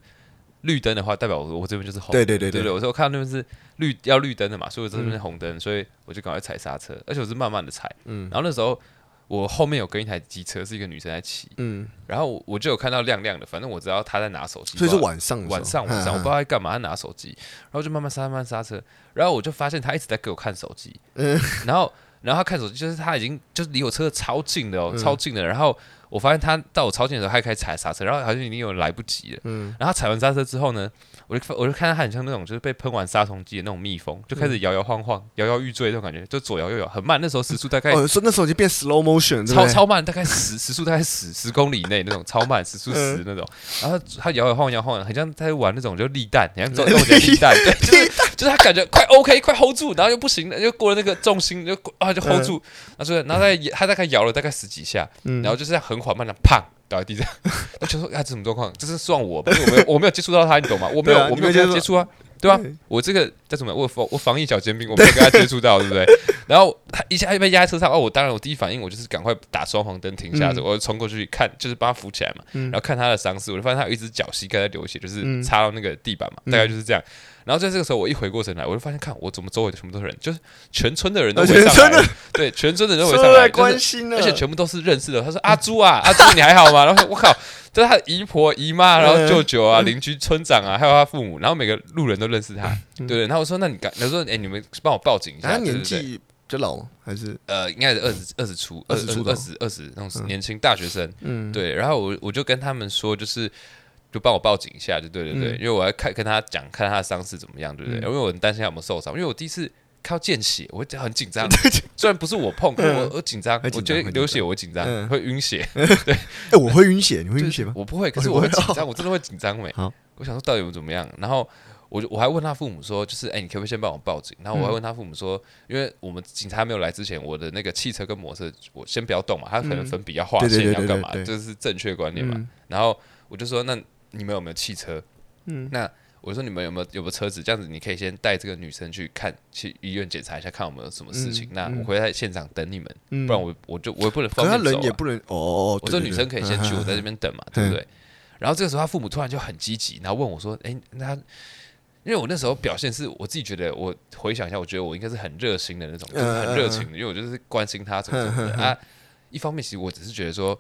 C: 绿灯的话，代表我我这边就是红，
B: 对对对
C: 对对，
B: 对，
C: 我说我看到那边是绿要绿灯的嘛，所以我这边是
B: 嗯
C: 红灯，所以我就赶快踩刹车，而且我是慢慢的踩。
B: 嗯
C: 然后那时候我后面有跟一台机车，是一个女生在骑，
B: 嗯，
C: 然后我我就有看到亮亮的，反正我知道她在拿手机，
B: 所以是
C: 不知道
B: 晚上的时候嗯
C: 晚上晚上，我不知道，在干嘛，她拿手机，然后就慢慢刹慢慢刹车，然后我就发现她一直在给我看手机，
B: 嗯
C: [laughs] 然后然后她看手机，就是她已经就是离我车超近的哦，
B: 嗯
C: 超近的，然后我发现她到我超近的时候，她还开始踩刹车，然后好像已经有来不及了。
B: 嗯
C: 然后他踩完刹车之后呢，我就发我就看到他很像那种就是被喷完杀虫剂的那种蜜蜂，就开
B: 嗯
C: 始摇摇晃晃、摇摇欲坠那种感觉，就左摇右摇，很慢。那时候时速大概
B: 嗯，哦，说那时候已经变 slow motion，对不
C: 超
B: 对
C: 超慢，大概十时速大概十十公里以内那种超慢，时速
B: 嗯
C: 十那种。然后他他摇摇晃摇晃，很像在玩那种就立蛋，很像
B: [laughs]
C: 中中间立蛋，对，就是就是他感觉快 OK 快 hold 住，然后又不行了，又过了那个重心，就过啊就 hold 住，然后就然后再他大概摇了大概十几下，
B: 嗯
C: 然后就这样很缓慢的砰倒在地上， [laughs] 我就说啊这什么状况？这是算我吧，因为我没有我没有接触到他，你
B: [laughs]
C: 懂吗？我没有、
B: 对啊
C: 我
B: 你
C: 没有
B: 没
C: 跟他
B: 接触
C: 接触啊，对啊
B: 对，
C: 我这个叫什么？我防我防疫小尖兵，我没有跟他接触到，对不对？ [laughs] 然后他一下被压在车上，哦，我当然我第一反应我就是赶快打双黄灯停下，
B: 嗯
C: 我就冲过去看，就是把他扶起来嘛，
B: 嗯
C: 然后看他的伤势，我就发现他有一只脚膝盖在流血，就是
B: 嗯
C: 擦到那个地板嘛，
B: 嗯
C: 大概就是这样。然后在这个时候，我一回过神来，我就发现看我怎么周围全部都是人，就是全村的人都
B: 而
C: 围
B: 且
C: 上来
B: 真哦的
C: 了，对，全村的人都围上
B: [laughs] 出
C: 来，
B: 来
C: 就是
B: 嗯关心了，啊
C: 而且全部都是认识的。他说：“阿朱啊， [laughs] 阿朱你还好吗？”然后我靠，这是他的姨婆、姨妈，
B: 嗯
C: 然后舅舅啊、邻居、村长啊，还有他父母，然后每个路人都认识他。对
B: 嗯
C: 对，然后我说：“那你赶，我说哎，你们帮我报警一
B: 然
C: 下。”对
B: 后年
C: 对对，
B: 纪比较老吗还是
C: 呃，应该是二十二十出，二
B: 20
C: 十
B: 出头
C: 二十二十那种年轻大学生。
B: 嗯，
C: 对，然后我我就跟他们说，就是。就帮我报警一下，就对对对，
B: 嗯
C: 因为我要看跟他讲，看他的伤势怎么样，对不对？
B: 嗯
C: 因为我很担心他有没有受伤，因为我第一次看到见血，我很紧张。虽然不是我碰，可是我我紧张，我
B: 嗯会紧
C: 觉
B: 张
C: 得
B: 会
C: 流
B: 紧
C: 血我会紧张，
B: 嗯
C: 会晕血。
B: [laughs] 哎，我会晕血，你会
C: 就
B: 晕
C: 是
B: 血吗？哦
C: 我不会，可是
B: 你
C: 我
B: 不
C: 会
B: 会
C: 紧张，我真的会紧张没
B: 好。
C: 我想说到底有怎么样，然后我就我还问他父母说，就是哎、你可不可以先帮我报警？然后我
B: 嗯
C: 还问他父母说，因为我们警察没有来之前，我的那个汽车跟摩托车我先不要动嘛，他可能粉笔要划
B: 嗯对
C: 线
B: 对对
C: 要
B: 对
C: 干
B: 对
C: 嘛，
B: 对
C: 这是正确观念嘛。
B: 嗯
C: 然后我就说，那你们有没有汽车？
B: 嗯
C: 那我说你们有没有有没有车子？这样子你可以先带这个女生去看，去医院检查一下，看有没有什么事情。
B: 嗯
C: 那我
B: 嗯
C: 会在现场等你们，
B: 嗯
C: 不然我我就我也不能
B: 可
C: 放
B: 是他
C: 便走、啊。
B: 人也不能哦哦哦，
C: 我
B: 对
C: 说女
B: 对对
C: 生可以
B: [laughs]
C: 先去，我在这边等嘛，对不对？然后这个时候他父母突然就很积极，然后问我说：“哎，那他因为我那时候表现是我自己觉得，我回想一下，我觉得我应该是很热心的那种，就是很热
B: 嗯
C: 情的，因为我就是关心他怎么怎么
B: [laughs]
C: 的啊。一方面，其实
B: [laughs]
C: 我只是觉得说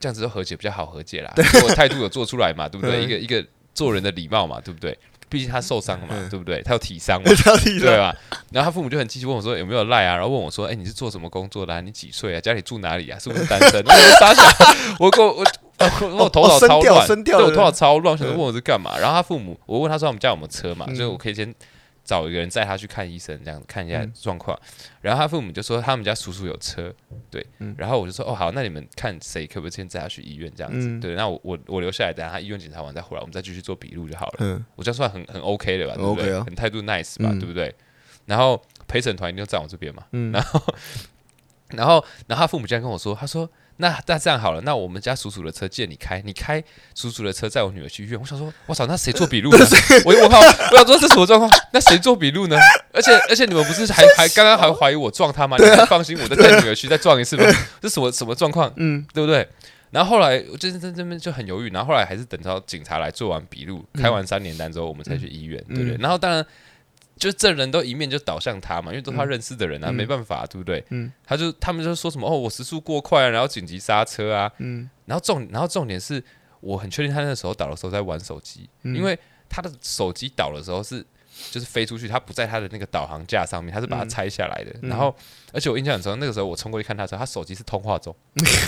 C: 这样子都和解比较好和解啦，我态度有做出来嘛，对不对？一个一个。做人的礼貌嘛，对不对？毕竟他受伤了嘛，
B: 嗯
C: 对不对？他有体伤嘛，
B: 到底
C: 对啊
B: 的
C: 吧？ [laughs] 然后他父母就很积极问我说有没有赖啊，然后问我说，哎，你是做什么工作的、啊？你几岁啊？家里住哪里啊？是不是单身？ [laughs] 我说傻小， [laughs] 我给我我。我我头脑
B: 哦声
C: 超
B: 调
C: 乱，
B: 声调
C: 对我
B: 的
C: 头脑超乱，想说
B: 嗯
C: 问我是干嘛。然后他父母，我问他说他们家有没有车嘛，
B: 嗯
C: 所以我可以先找一个人载他去看医生，这样看一下
B: 嗯
C: 状况。然后他父母就说他们家叔叔有车，对
B: 嗯。
C: 然后我就说哦好，那你们看谁可不可以先载他去医院这样子？
B: 嗯
C: 对，那我我我留下来，等他医院检查完再回来，我们再继续做笔录就好了。
B: 嗯，
C: 我这样算很很 OK 的吧？
B: 很
C: 对不对
B: OK 啊
C: 很态度 nice 吧？
B: 嗯
C: 对不对？然后陪审团一定就站我这边嘛。
B: 嗯
C: [laughs] 然后，然后，然后他父母竟然跟我说，他说：“那那这样好了，那我们家叔叔的车借你开，你开叔叔的车载我女儿去医院。”我想说，我操，那谁做
B: [laughs]
C: 笔录呢？我我靠，我想说这什么状况？那谁做笔录呢？而且而且你们不是还还刚刚还怀疑我撞他吗？你
B: 啊
C: 们放心，我再带女儿去再撞一
B: [laughs]
C: 次吧。这什么什么状况？
B: 嗯，
C: 对不对？然后后来我就是在这边就很犹豫，然后后来还是等到警察来做完笔录、开
B: 嗯
C: 完三联单之后，我们才去医院，对不对？然后当然就证人都一面就倒向他嘛，因为都是他认识的人啊，
B: 嗯
C: 没办法，对不对？
B: 嗯
C: 他就他们就说什么哦，我时速过快、啊，然后紧急刹车啊，
B: 嗯
C: 然后重然后重点是我很确定他那时候倒的时候在玩手机，
B: 嗯
C: 因为他的手机倒的时候是就是飞出去，他不在他的那个导航架上面，他是把它拆下来的。
B: 嗯
C: 然后而且我印象很深，那个时候我冲过去看他的时候，他手机是通话
B: [laughs]
C: 中，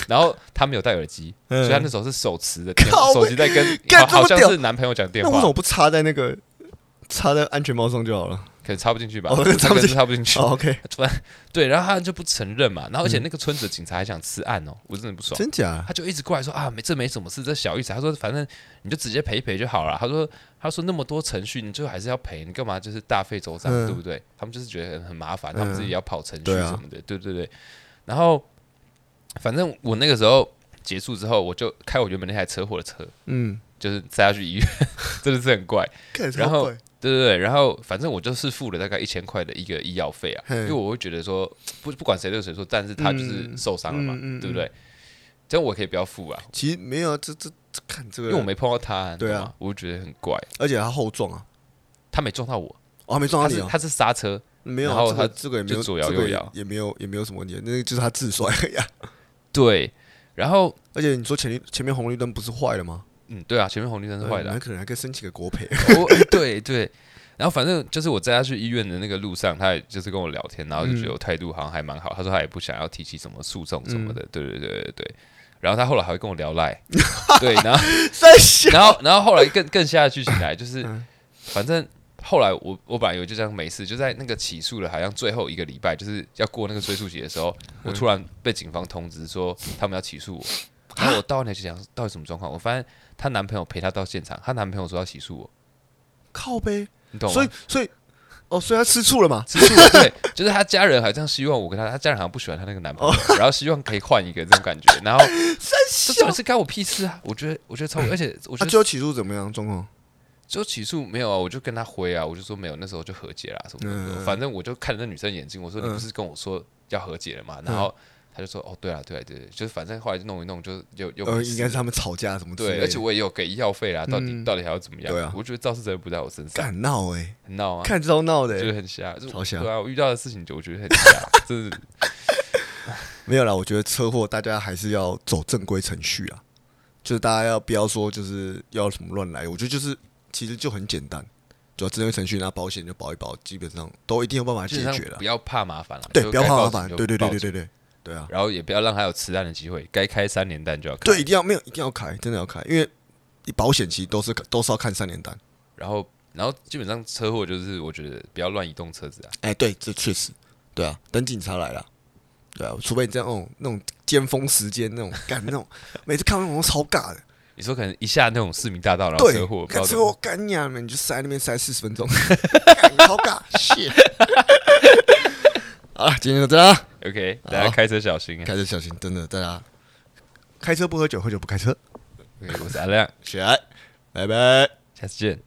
C: 然后他没有戴耳机，
B: 嗯
C: 所以他那时候是手持
B: [laughs]
C: 的电话，
B: 靠
C: 手机在跟
B: 干
C: 好好
B: 这
C: 像
B: 么屌
C: 是男朋友讲电
B: 那为什
C: 话
B: 么，不插在那个插在安全帽上就好
C: [laughs]
B: 了
C: 可能插不进去吧，
B: 哦
C: 我
B: 插不
C: 可
B: 进去
C: 能插不进去。
B: 哦？OK，嗯
C: 对，然后他就不承认嘛，然后而且那个村子的警察还想吃案哦，我真的不爽。
B: 真假？
C: 他就一直过来说啊，没这没什么事，这小意思。他说反正你就直接赔一赔就好了。他说他说那么多程序，你最后还是要赔，你干嘛就是大费周章，
B: 嗯
C: 对不对？他们就是觉得很很麻烦，
B: 嗯
C: 他们自己要跑程序
B: 对啊
C: 什么的，对对对。然后反正我那个时候结束之后，我就开我原本那台车祸的车，
B: 嗯，
C: 就是载他去医院， [laughs] 真的是很怪。
B: 看
C: 然后对对对，然后反正我就是付了大概一千块的一个医药费啊，
B: 嘿
C: 因为我会觉得说不不管谁对谁错，但是他就是
B: 嗯
C: 受伤了嘛，
B: 嗯嗯嗯
C: 对不对？这样我可以不要付啊，
B: 其实没有啊，这这这看这个，
C: 因为我没碰到他，你
B: 对啊
C: 懂吗，我就觉得很怪，
B: 而且他后撞啊，
C: 他没撞到我，
B: 哦，还没撞
C: 他
B: 到
C: 是
B: 你啊，
C: 他是刹车，
B: 没有
C: 然
B: 啊，
C: 后
B: 这个
C: 他
B: 这个也没
C: 就
B: 有
C: 左摇
B: 这个
C: 右
B: 也
C: 摇
B: 也没有也没有什么问题，那个就是他自摔呀。
C: 对，然后
B: [laughs] 而且你说前前面红绿灯不是坏了吗？
C: 嗯，对啊，前面红绿灯是坏的
B: 那
C: 啊、
B: 可能还可以申请个国
C: [laughs]
B: 赔。
C: 我对对，然后反正就是我载他去医院的那个路上，他也就是跟我聊天，然后就觉
B: 嗯
C: 得我态度好像还蛮好，他说他也不想要提起什么诉讼什
B: 嗯
C: 么的，对对对对对，然后他后来还会跟我聊
B: [laughs]
C: 赖，对，然后。
B: 在 [laughs] 想，
C: 然后，然后后来更更吓的剧情来，就是
B: 嗯
C: 反正后来我我本来以为就这样没事，就在那个起诉的，好像最后一个礼拜，就是要过那个追诉期的时
B: 嗯
C: 候，我突然被警方通知说他们要起诉我。然后我到那去想到底什么状况，我发现她男朋友陪她到现场，她男朋友说要起诉我，
B: 靠背，
C: 你懂吗？啊
B: 所以所以哦，所以他吃醋了嘛？
C: 吃醋了，对，就是她家人好像希望我跟她，她家人好像不喜欢她那个男朋
B: 哦
C: 友，然后希望可以换一个这种感觉，然后这种事干我屁事啊！我觉得我觉得超过，而且我觉
B: 他
C: 得
B: 啊最后起诉怎么样状况？
C: 就起诉没有啊，我就跟他回啊，我就说没有，那时候就和解啦什么的。
B: 嗯
C: 反正我就看着那女生眼睛，我说你
B: 嗯
C: 不是跟我说要和解了吗？然后他就说哦，对啊，对啊，对啊，就是反正后来就弄一弄，就又又
B: 呃，
C: 没事
B: 应该是他们吵架什么之类
C: 对，
B: 的。
C: 而且我也有给医药费啦，到底、
B: 嗯
C: 到底还要怎么样？
B: 对啊
C: 我觉得肇事责任不在我身上，
B: 敢闹哎，
C: 很闹啊，
B: 看这招闹
C: 就是
B: 的，欸
C: 很瞎，就是
B: 超瞎
C: 对啊，我遇到的事情就我觉得很
B: [laughs]
C: 瞎，真的是
B: 没有啦。我觉得车祸大家还是要走正规程序啊，就是大家要不要说就是要什么乱来？我觉得就是其实就很简单，主要正规程序拿保险就保一保，基本上都一定有办法
C: 基
B: 解
C: 本
B: 决
C: 上
B: 了
C: 不。要怕麻烦了，
B: 对，
C: 就
B: 不要
C: 该
B: 怕
C: 报
B: 麻
C: 警
B: 烦。
C: 就
B: 对对对
C: 报
B: 对
C: 警
B: 对对对啊！
C: 然后也不要让他有吃案的机会，该开三年弹就要开，
B: 对，一定要没有，一定要开，真的要开，因为保险其实都是都是要看三联单。
C: 然后然后基本上车祸就是我觉得不要乱移动车子啊。
B: 哎、对，这确实，对啊，等警察来了，对啊，除非你这样那种那种尖峰时间那种干那 [laughs] 种，每次看到那种超尬的，
C: 你说可能一下那种市民大道，然后
B: 对，
C: 车祸，不知
B: 干
C: 道怎
B: 车
C: 么
B: 祸干你啊，你就塞那边塞四十分钟， [laughs] 干超尬，shit。好了，今天就这样啊，
C: OK，大家
B: 好
C: 开车小心啊。
B: 开车小心，真的，大家开车不喝酒，喝酒不开车，
C: OK，我是阿亮，
B: 啊起来，拜拜。
C: 下次见。